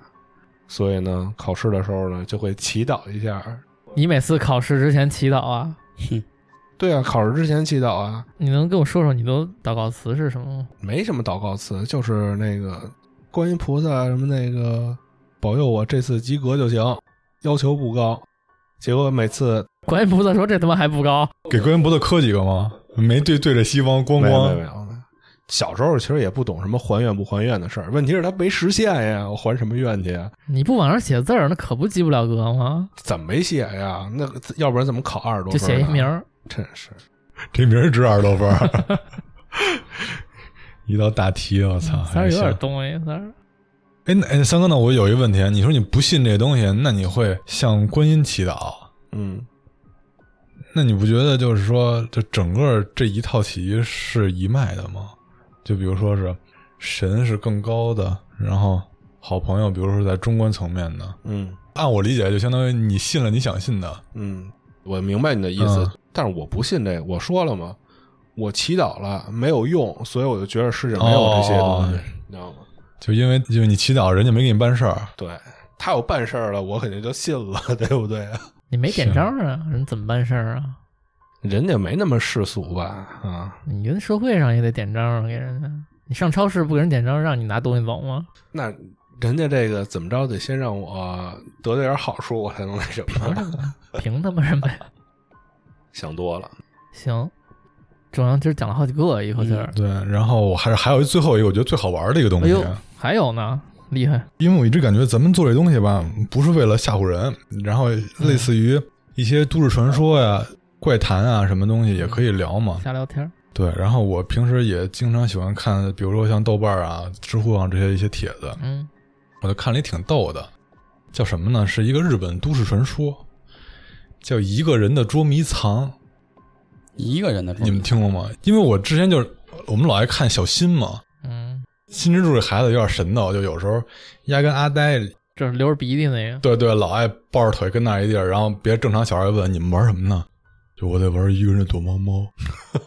D: 所以呢，考试的时候呢就会祈祷一下。
A: 你每次考试之前祈祷啊，
D: 对啊，考试之前祈祷啊，
A: 你能跟我说说你都祷告词是什么吗？
D: 没什么祷告词，就是那个观音菩萨什么那个保佑我这次及格就行，要求不高。结果每次
A: 观音菩萨说这他妈还不高，
C: 给观音菩萨磕几个吗？没对对着西方咣
D: 没有没有没有。
C: 咣，
D: 小时候其实也不懂什么还愿不还愿的事儿，问题是他没实现呀，我还什么愿去呀？
A: 你不往上写字儿，那可不及不了格吗？
D: 怎么没写呀？那个要不然怎么考二十多
A: 就
D: 分？
C: 啊
A: 写一名，儿，
D: 真是。
C: 这名儿值二十多分儿。 一道大题，我操！
A: 嗯三
C: 还
A: 儿有点
C: 行。
A: 东西，三儿
C: 哎，那哎三哥，那我有一个问题，你说你不信这东西，那你会向观音祈祷？
D: 嗯，
C: 那你不觉得就是说，就整个这一套题是一脉的吗？就比如说是神是更高的，然后好朋友，比如说在中观层面的，
D: 嗯
C: 按我理解，就相当于你信了你想信的，
D: 嗯，我明白你的意思，
C: 嗯
D: 但是我不信这个。我说了嘛，我祈祷了没有用，所以我就觉得世界没有这些东西，
C: 哦
D: 你知道吗？
C: 就因为就是你祈祷，人家没给你办事儿，
D: 对他有办事儿了，我肯定就信了， 对不对？啊
A: 你没点
C: 是
A: 招儿啊，人怎么办事儿啊？
D: 人家没那么世俗吧？啊，
A: 你觉得社会上也得点招儿啊，给人家。你上超市不给人点招儿，让你拿东西走吗？
D: 那人家这个怎么着得先让我得到点好处，我才能那什
A: 凭 什
D: 么？
A: 么？啊凭他妈什么呀？
D: 想多了，
A: 行，中央今儿讲了好几个一口气儿。
C: 对。然后我还是还有一最后一个，我觉得最好玩的一个东
A: 哎
C: 西，
A: 呦，还有呢，厉害！
C: 因为我一直感觉咱们做这东西吧，不是为了吓唬人，然后类
A: 嗯
C: 似于一些都市传说呀、怪谈啊什么东西也可以聊嘛。
A: 瞎聊天儿。
C: 对，然后我平时也经常喜欢看，比如说像豆瓣儿啊、知乎上这些一些帖子，
A: 嗯，
C: 我就看了一挺逗的，叫什么呢？是一个日本都市传说，叫《一个人的捉迷藏》，
B: 一个人的
C: 你们听过吗？因为我之前就是我们老爱看小新嘛，
A: 嗯，
C: 新之助这孩子有点神叨，就有时候压根阿呆，
A: 这是流着鼻涕那个。
C: 对对，老爱抱着腿跟那儿一地儿，然后别正常小孩问你们玩什么呢？就我在玩一个人的躲猫猫，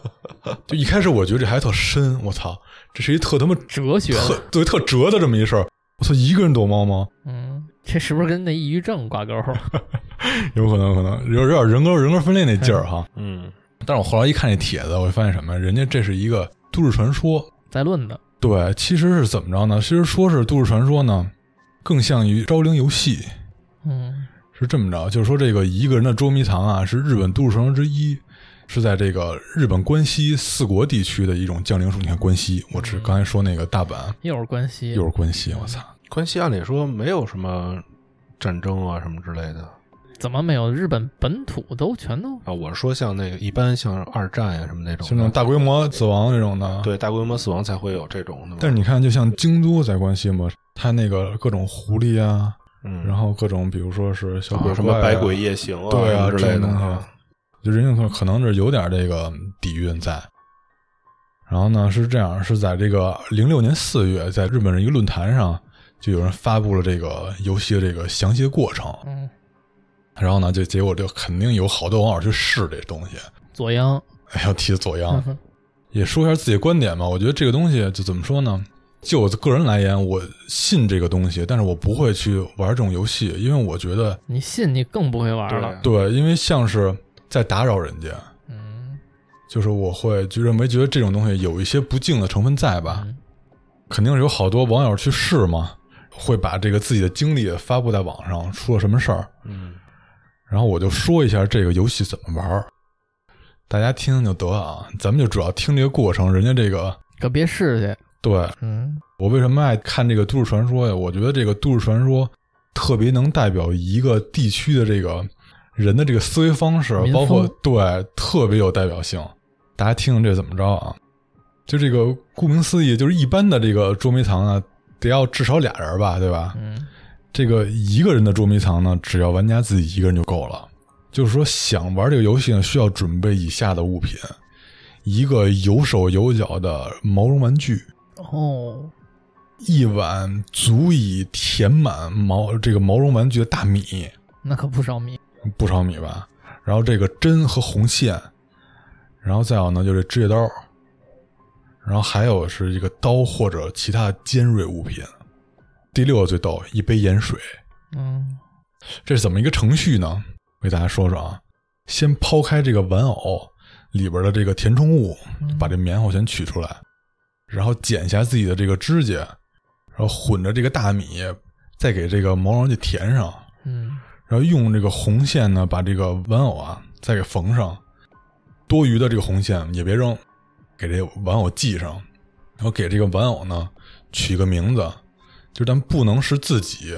C: 就一开始我觉得这孩子特深，我操，这是一特他妈
A: 哲学，
C: 特对特折的这么一事儿。我操，一个人躲猫猫，
A: 嗯，这是不是跟那抑郁症挂钩了？
C: 有可能，有可能有有点人格人格分裂那劲儿哈。
D: 嗯，
C: 但是我后来一看这帖子，我就发现什么呀，人家这是一个都市传说，
A: 在论的，
C: 对，其实是怎么着呢？其实说是都市传说呢，更像于招灵游戏，
A: 嗯，
C: 是这么着，就是说这个一个人的捉迷藏啊，是日本都市传说之一，是在这个日本关西四国地区的一种降临术。你看关西，我只刚才说那个大阪，
A: 又是关系，
C: 又是关西，我操！
D: 关系按理说没有什么战争啊什么之类的
A: 怎么没有日本本土都全都
D: 啊。我是说像那个一般像二战呀、什么那种的，
C: 就那种大规模死亡这种的。。
D: 对大规模死亡才会有这种的嘛。
C: 但是你看，就像京都在关西嘛，它那个各种狐狸啊，
D: 嗯，
C: 然后各种比如说是小鬼、
D: 啊什么百鬼，夜行啊，
C: 对啊
D: 什么之类
C: 这
D: 的
C: 种东西
D: 啊。
C: 就人家可能是有点这个底蕴在。然后呢，是这样，是在这个零六年四月，在日本的一个论坛上，就有人发布了这个游戏的这个详细的过程。
A: 嗯
C: 然后呢，这结果就肯定有好多网友去试这东西。
A: 左央，
C: 哎要提左阳
A: 嗯，哼
C: 也说一下自己的观点吧。我觉得这个东西就怎么说呢？就我个人来言，我信这个东西，但是我不会去玩这种游戏，因为我觉得
A: 你信你更不会玩
D: 啊
A: 了，
C: 对，因为像是在打扰人家。
A: 嗯
C: 就是我会就认为觉得这种东西有一些不敬的成分在吧，
A: 嗯
C: 肯定是有好多网友去试嘛，会把这个自己的经历发布在网上，出了什么事儿，
D: 嗯，
C: 然后我就说一下这个游戏怎么玩儿，大家听听就得啊，咱们就主要听这个过程，人家这个
A: 可别试去，
C: 对
A: 嗯
C: 我为什么爱看这个都市传说呀？我觉得这个都市传说特别能代表一个地区的这个人的这个思维方式
A: 民，风
C: 包括对特别有代表性。大家听听这怎么着啊？就这个顾名思义，就是一般的这个捉迷藏啊，得要至少俩人吧，对吧？
A: 嗯
C: 这个一个人的捉迷藏呢，只要玩家自己一个人就够了。就是说，想玩这个游戏呢，需要准备以下的物品：一个有手有脚的毛绒玩具，
A: 哦，
C: 一碗足以填满毛这个毛绒玩具的大米，
A: 那可不少米，
C: 不少米吧。然后这个针和红线，然后再有呢就是指甲刀，然后还有是一个刀或者其他尖锐物品。第六个最逗，一杯盐水。
A: 嗯
C: 这是怎么一个程序呢？我给大家说说啊，先抛开这个玩偶里边的这个填充物，
A: 嗯
C: 把这棉花先取出来，然后剪下自己的这个指甲，然后混着这个大米，再给这个毛绒去填上，
A: 嗯
C: 然后用这个红线呢把这个玩偶啊再给缝上，多余的这个红线也别扔，给这玩偶系上，然后给这个玩偶呢取个名字，就但不能是自己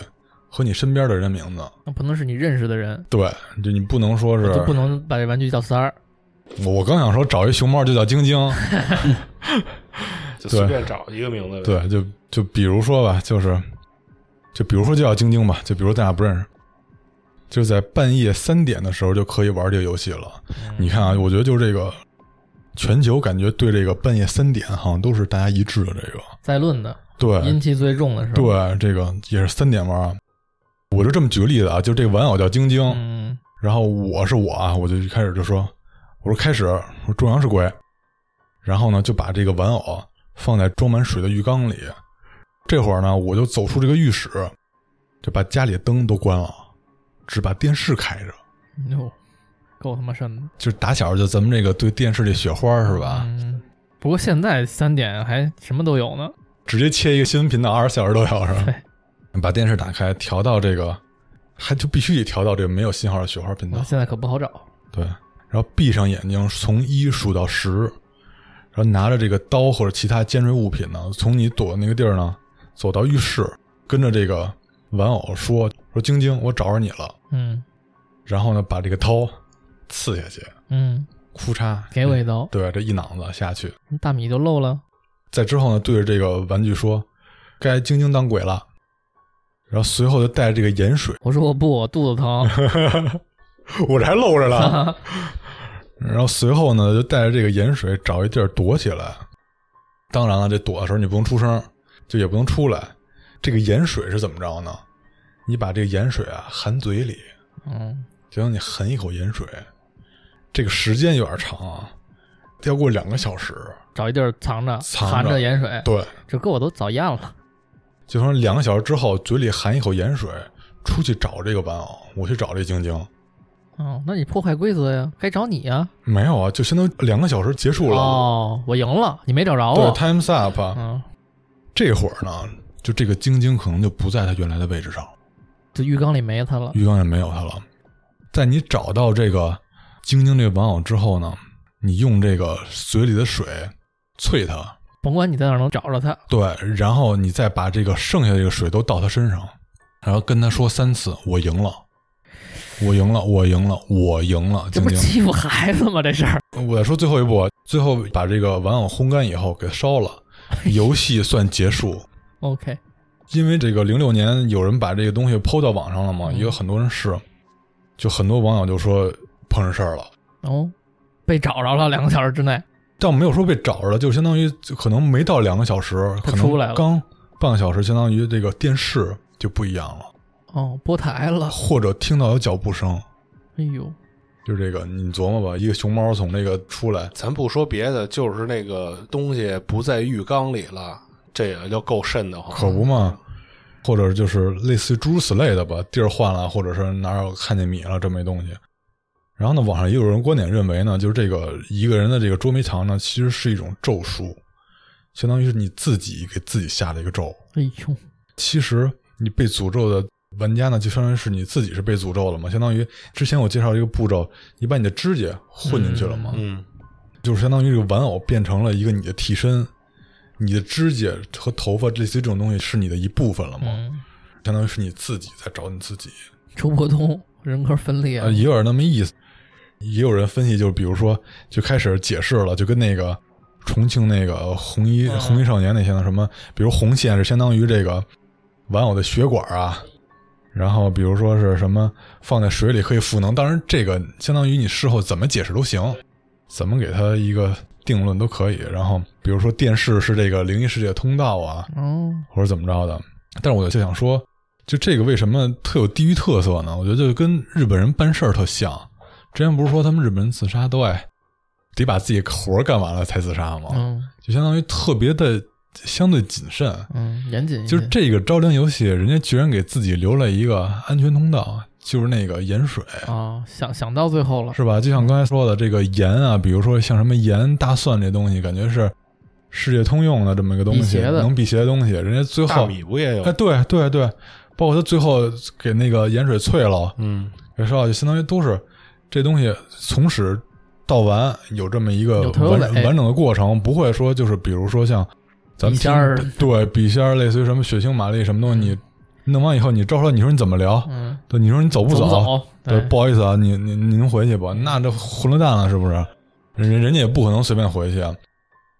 C: 和你身边的人的名字。
A: 那不能是你认识的人，
C: 对，就你不能说是
A: 哎就不能把这玩具叫三儿，
C: 我我刚想说找一熊猫就叫晶晶，
D: 就
C: 对
D: 随便找一个名字呗。
C: 对，就就比如说吧，就是就比如说就叫晶晶吧，就比如咱俩不认识，就在半夜三点的时候就可以玩这个游戏了。
A: 嗯
C: 你看啊，我觉得就这个全球感觉对这个半夜三点好像都是大家一致的这个，
A: 在论的阴
C: 对
A: 气最重的时候，，
C: 对，这个也是三点玩啊。我就这么举个例子啊，就这个玩偶叫晶晶，
A: 嗯
C: 然后我是我啊，我就一开始就说，我说开始，我说中阳是鬼，然后呢就把这个玩偶放在装满水的浴缸里。这会儿呢，我就走出这个浴室，就把家里的灯都关了，只把电视开着。
A: 哟，够他妈瘆的，
C: 就是打小就咱们这个对电视这雪花是吧？
A: 嗯，不过现在三点还什么都有呢，
C: 直接切一个新闻频道，二十四小时都有是吧
A: 对？
C: 把电视打开，调到这个，还就必须得调到这个没有信号的雪花频道。
A: 现在可不好找，
C: 对，然后闭上眼睛，从一数到十，然后拿着这个刀或者其他尖锐物品呢，从你躲的那个地儿呢，走到浴室，跟着这个玩偶说说晶晶，我找着你了。
A: 嗯
C: 然后呢，把这个刀刺下去，
A: 嗯，
C: 哭嚓，嗯
A: 给我一刀，
C: 对，这一脑子下去。
A: 大米就漏了，
C: 再之后呢，对着这个玩具说，该晶晶当鬼了。然后随后就带着这个盐水，
A: 我说我不，我肚子疼，
C: 我这还露着了。然后随后呢，就带着这个盐水找一地儿躲起来。当然了，这躲的时候你不能出声，就也不能出来。这个盐水是怎么着呢？你把这个盐水啊含嘴里，
A: 嗯，
C: 就让你含一口盐水。这个时间有点长啊，要过两个小时。
A: 找一地儿藏着，
C: 藏着
A: 含着盐水，
C: 对，
A: 这给我都早咽了，
C: 就说两个小时之后，嘴里含一口盐水，出去找这个玩偶，我去找这晶晶。
A: 哦，那你破坏规则呀，该找你呀。
C: 没有啊，就相当于两个小时结束了。
A: 哦，我赢了，你没找着
C: 对
A: 我。
C: ，time s up 啊。
A: 嗯，
C: 这会儿呢，就这个晶晶可能就不在它原来的位置上，
A: 这浴缸里没他了。
C: 鱼缸也没有它了。在你找到这个晶晶这个玩偶之后呢，你用这个嘴里的水啐它，
A: 甭管你在哪儿能找着他，
C: 对，然后你再把这个剩下的这个水都倒它身上，然后跟它说三次：“我赢了，我赢了，我赢了，我赢了。”
A: 这
C: 晶
A: 不是
C: 晶，
A: 欺负孩子吗？这事儿。
C: 我再说最后一步，啊最后把这个玩偶烘干以后给烧了，游戏算结束。
A: OK，
C: 因为这个零六年有人把这个东西抛到网上了嘛，
A: 嗯
C: 也有很多人试，就很多网友就说碰上事儿了，
A: 哦，被找着了，两个小时之内。
C: 但没有说被找着了，就相当于可能没到两个小时，
A: 它
C: 可
A: 出来
C: 能
A: 了
C: 刚半个小时，相当于这个电视就不一样了，
A: 哦，播台了。
C: 或者听到有脚步声，
A: 哎呦，
C: 就这个你琢磨吧，一个熊猫从那个出来，
D: 咱不说别的，就是那个东西不在浴缸里了，这也就够瘆得慌。
C: 可不嘛，或者就是类似于诸如此类的吧，地儿换了，或者是哪儿有看见米了这么一东西。然后呢，网上也有人观点认为呢，就是这个一个人的这个捉迷藏呢，其实是一种咒术，相当于是你自己给自己下的一个咒。
A: 哎呦，
C: 其实你被诅咒的玩家呢，就相当于是你自己是被诅咒了嘛，相当于之前我介绍一个步骤，你把你的指甲混进去了嘛，
D: 嗯，
C: 就是相当于这个玩偶变成了一个你的替身，你的指甲和头发类似于这种东西是你的一部分了嘛。
A: 嗯，
C: 相当于是你自己在找你自己。
A: 周伯通人格分裂
C: 啊，。也有人那么意思，也有人分析，就是比如说，就开始解释了，就跟那个重庆那个红衣、
A: 嗯
C: 红衣少年那些的什么，比如红线是相当于这个玩偶的血管啊。然后，比如说是什么放在水里可以赋能，当然这个相当于你事后怎么解释都行，怎么给它一个定论都可以。然后，比如说电视是这个灵异世界的通道啊，
A: 哦，
C: 或者怎么着的。但是我就想说，就这个为什么特有地域特色呢？我觉得就跟日本人办事儿特像。之前不是说他们日本人自杀都爱得把自己活儿干完了才自杀吗？
A: 嗯
C: 就相当于特别的相对谨慎。
A: 嗯，严谨一
C: 就是
A: 些。
C: 这个招灵游戏，人家居然给自己留了一个安全通道，就是那个盐水，
A: 啊，想想到最后了。
C: 是吧？就像刚才说的，这个盐啊，比如说像什么盐、大蒜这东西，感觉是世界通用的这么一个东
A: 辟
C: 西，
A: 邪的
C: 能辟邪的东西。人家最
D: 大
C: 后
D: 米不也有
C: 哎，？对对对，包括他最后给那个盐水淬了，
D: 嗯，
C: 给烧了，就相当于都是这东西从始到完有这么一个
A: 有头有
C: 完
A: 尾
C: 完整的过程，不会说就是比如说像咱们
A: 笔仙
C: 听
A: 儿
C: 对笔仙儿，类似于什么血腥玛丽什么东西，你弄完以后你招出来，你说你怎么聊？
A: 嗯，
C: 对，你说你走不
A: 走
C: 走？
A: 不走？
C: 对，不好意思啊，你你您回去吧，那这混了蛋了是不是？人人家也不可能随便回去啊。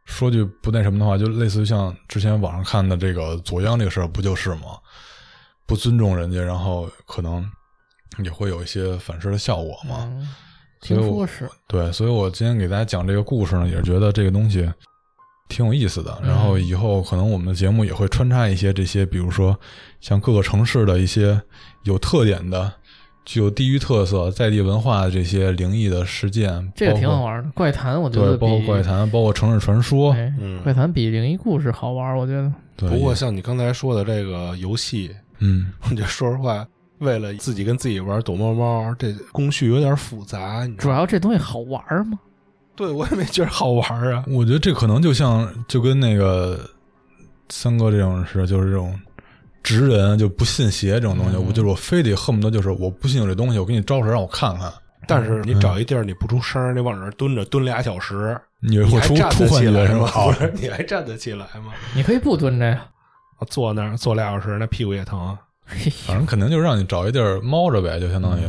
C: 说句不那什么的话，就类似于像之前网上看的这个左央这个事儿，不就是吗？不尊重人家，然后可能也会有一些反噬的效果嘛。
A: 嗯，
C: 所
A: 听
C: 以我
A: 说是
C: 对，所以我今天给大家讲这个故事呢，也是觉得这个东西挺有意思的。
A: 嗯
C: 然后以后可能我们的节目也会穿插一些这些，比如说像各个城市的一些有特点的、具有地域特色、在地文化的这些灵异的事件，
A: 这个挺好
C: 玩。
A: 玩的。怪谈我觉
C: 对，
A: 得
C: 包括
A: 比
C: 怪，谈，包括城市传说。
A: 哎
D: 嗯
A: 怪谈比灵异故事好玩，我觉得。
C: 对，
D: 不过
C: 也
D: 像你刚才说的这个游戏，
C: 嗯，
D: 我就说实话，为了自己跟自己玩躲猫猫，这工序有点复杂。你知
A: 主
D: 道吗
A: 要这东西好玩吗？
D: 对我也没觉得好玩啊。
C: 我觉得这可能就像就跟那个三哥这种是，就是这种直人就不信邪这种东西，
A: 嗯
C: 我就是我非得恨不得就是我不信有这东西，我给你招出来让我看看。
D: 但是你找一地儿你不出声儿，你往那儿蹲着蹲俩小 时，
C: 你
D: 你
C: 会
D: 还
C: 出
D: 站
C: 出
D: 得
C: 幻
D: 起
C: 觉
D: 来
C: 是
D: 吗？
C: 吧
D: 不？是， 你还站得起来吗？
A: 你可以不蹲着呀。
D: 坐那儿坐俩小时，那屁股也疼。
A: 嘿
C: 反正肯定就是让你找一地儿猫着呗，就相当于。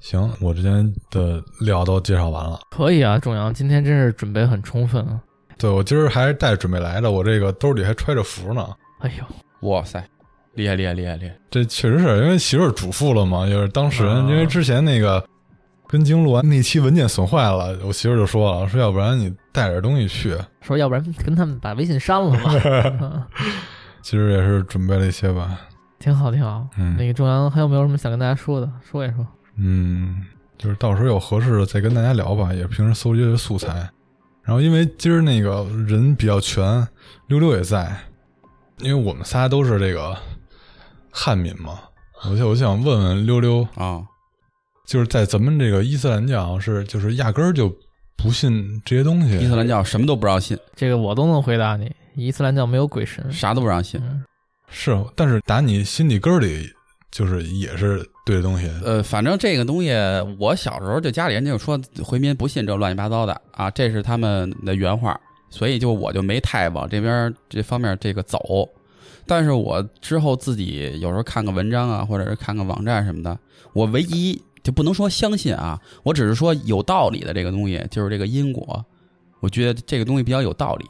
C: 行，我之前的料都介绍完了。
A: 可以啊，仲阳今天真是准备很充分啊。
C: 对我今儿还是带着准备来的，我这个兜里还揣着符呢。
A: 哎呦，
B: 哇塞，厉害厉害厉害厉害！
C: 这确实是因为媳妇儿嘱咐了嘛，就是当事人，
A: 啊
C: 因为之前那个跟京录完那期文件损坏了，我媳妇儿就说了，说要不然你带点东西去。
A: 说要不然跟他们把微信删了吧。嗯
C: 其实也是准备了一些吧，
A: 挺好，挺好。
C: 嗯
A: 那个仲阳还有没有什么想跟大家说的？说一说。
C: 嗯，就是到时候有合适的再跟大家聊吧，也是平时搜集一些素材。然后因为今儿那个人比较全，溜溜也在，因为我们仨都是这个汉民嘛，我就我就想问问溜溜，
B: 啊，
C: 就是在咱们这个伊斯兰教是就是压根儿就不信这些东
B: 伊
C: 西
B: 斯，兰教什么都不让信，
A: 这个我都能回答你。伊斯兰教没有鬼神，
B: 啥都不让信。
A: 嗯，
C: 是，但是打你心里根儿里就是也是对的东西，
B: 呃，反正这个东西，我小时候就家里人就说回民不信这乱七八糟的啊，这是他们的原话，所以就我就没太往这边这方面这个走。但是我之后自己有时候看个文章啊，或者是看个网站什么的，我唯一就不能说相信啊，我只是说有道理的这个东西，就是这个因果，我觉得这个东西比较有道理，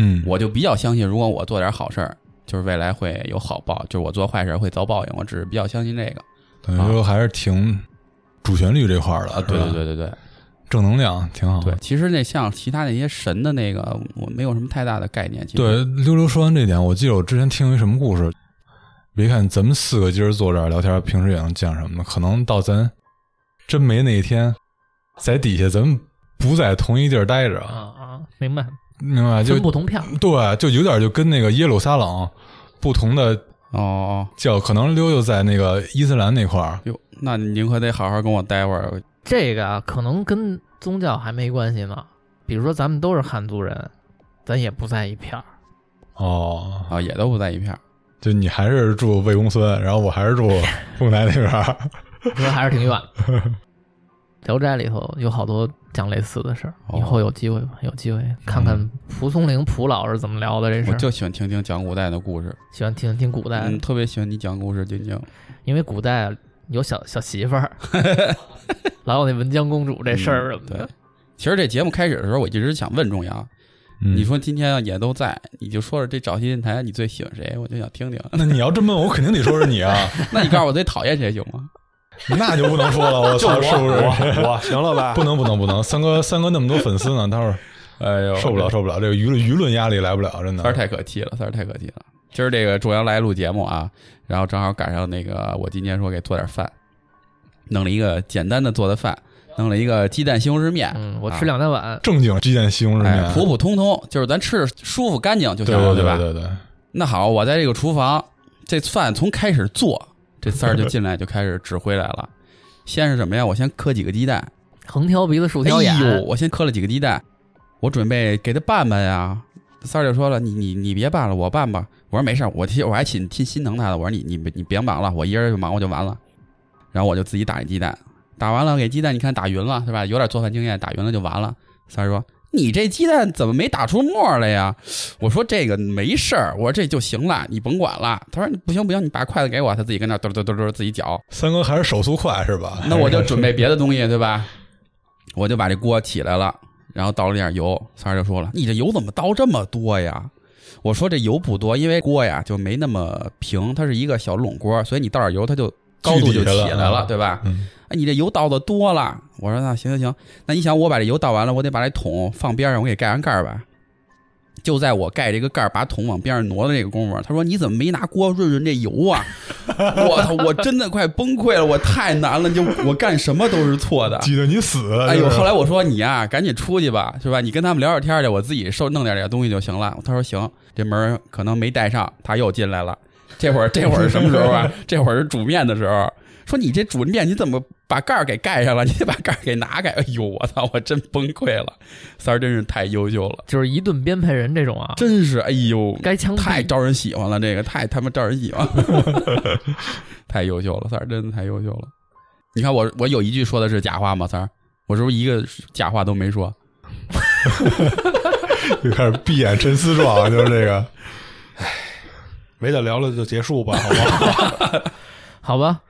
C: 嗯，
B: 我就比较相信，如果我做点好事儿，就是未来会有好报，就是我做坏事儿会遭报应，我只是比较相信这个
C: 等于说还是挺主旋律这块儿的
B: 啊，对
C: 是吧
B: 对对对对。
C: 正能量挺好。
B: 对，啊其实那像其他那些神的那个，我没有什么太大的概念。其实，哦
C: 对，溜溜说完这点，我记得我之前听一什么故事，别看咱们四个今儿坐这儿聊天，平时也能见什么的，可能到咱真没那一天，在底下咱们不在同一地儿待
A: 啊
C: 着，
A: 啊，明白，
C: 明白？就
A: 分不同片儿，
C: 对，啊就有点就跟那个耶路撒冷不同的
B: 哦哦，
C: 教，可能溜溜在那个伊斯兰那块儿，
B: 哟，那您可得好好跟我待会儿。
A: 这个啊，可能跟宗教还没关系呢。比如说，咱们都是汉族人，咱也不在一片儿。
C: 哦，
B: 啊，也都不在一片儿。
C: 就你还是住魏公孙，然后我还是住 丰台那边儿，
A: 因为还是挺远。聊斋里头有好多讲类似的事儿，
B: 哦嗯
A: 以后有机会吧，有机会看看蒲松龄蒲老师怎么聊的这事
B: 我
A: 儿。
B: 就喜欢听听讲古代的故事，
A: 喜欢听听古代的，
B: 嗯，特别喜欢你讲故事，晶晶。
A: 因为古代有小小媳妇 儿，老有那文江公主这事儿什么的。
B: 嗯对其实这节目开始的时候，我一直想问仲阳，
D: 嗯
B: 你说今天也都在，你就说说这早期电台你最喜欢谁，我就想听 听。
C: 那你要这么问我，肯定得说是 你啊，
B: 那你告诉我最讨厌谁行吗？
C: 那就不能说了，我
D: 就
C: 操，
D: 我
C: 是不是？
D: 我我行了吧？
C: 不能不能不能，三哥三哥那么多粉丝呢， 待会儿
B: 哎呦
C: 受不了受不了，这个舆论舆论压力来不了，真的
B: 三儿。太可气了，三儿太可气了。今儿这个仲阳来录节目啊，然后正好赶上那个我今天说给做点饭，弄了一个简单的做的饭，弄了一个鸡蛋西红柿面，
A: 嗯，我吃两大碗，
C: 正经鸡蛋西红柿
B: 哎
C: 面，，
B: 普普通通，就是咱吃着舒服干净就
C: 对
B: 行了，
C: 嗯对对
B: 吧？
C: 对对，
B: 那好，我在这个厨房，这饭从开始做，这三儿就进来就开始指挥来了。先是什么呀？我先磕几个鸡蛋，
A: 横挑鼻子竖挑
B: 哎
A: 眼，
B: 呦，我先磕了几个鸡蛋，我准备给他拌拌呀。三儿就说了：“你你你别拌了，我拌吧。”我说：“没事儿，我替我还挺挺心疼他的。”我说你：“你你你别忙了，我一人忙我就完了。”然后我就自己打一鸡蛋，打完了给鸡蛋你看打匀了，对吧？有点做饭经验，打匀了就完了。三儿说：“你这鸡蛋怎么没打出沫来呀？”我说：“这个没事儿，我说这就行了，你甭管了。”他说：“不行不行，你把筷子给我。”他自己跟那儿嘟嘟嘟嘟自己搅。
C: 三哥还是手速快是吧？
B: 那 我就准备别的东西，对吧？我就把这锅起来了，然后倒了点油。三儿就说了：“你这油怎么倒这么多呀？”我说：“这油不多，因为锅呀就没那么平，它是一个小拢锅，所以你倒点油，它就高度就起
C: 聚底下了
B: 来了，
C: 嗯
B: 对吧？
C: 嗯
B: 哎，你这油倒的多了。”我说：“那行行行，那你想我把这油倒完了，我得把这桶放边上，我给盖上盖儿吧。”就在我盖这个盖儿，把桶往边上挪的这个功夫，他说：“你怎么没拿锅润润这油啊？” 我操！我真的快崩溃了，我太难了，就我干什么都是错的。
C: 挤得你死。
B: 哎呦！
C: 就是
B: 后来我说你呀、赶紧出去吧，是吧？你跟他们聊聊天去，我自己收弄点点东西就行了。他说行，这门可能没带上，他又进来了。这会儿这会儿是什么时候啊？这会儿是煮面的时候。说你这煮面你怎么把盖儿给盖上了？你得把盖儿给拿开。哎呦，我操！我真崩溃了，三儿真是太优秀了，
A: 就是一顿编配人这种啊，
B: 真是哎呦，
A: 该枪毙
B: 太招人喜欢了，这个太他妈招人喜 欢了，太优秀了，三儿真的太优秀了。你看我我有一句说的是假话吗？三儿，我是不是一个假话都没说？
C: 就开始闭眼沉思状，就是 这个。
D: 没得聊了，就结束吧，好不好？
A: 好吧？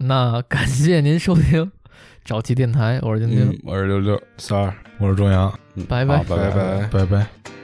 A: 那感谢您收听 早期电台，我是晶晶，
B: 嗯嗯，我是六六，
D: 三儿，
C: 我是钟阳，
B: 嗯
A: 嗯拜拜
B: 好拜
D: 拜。
C: 拜拜。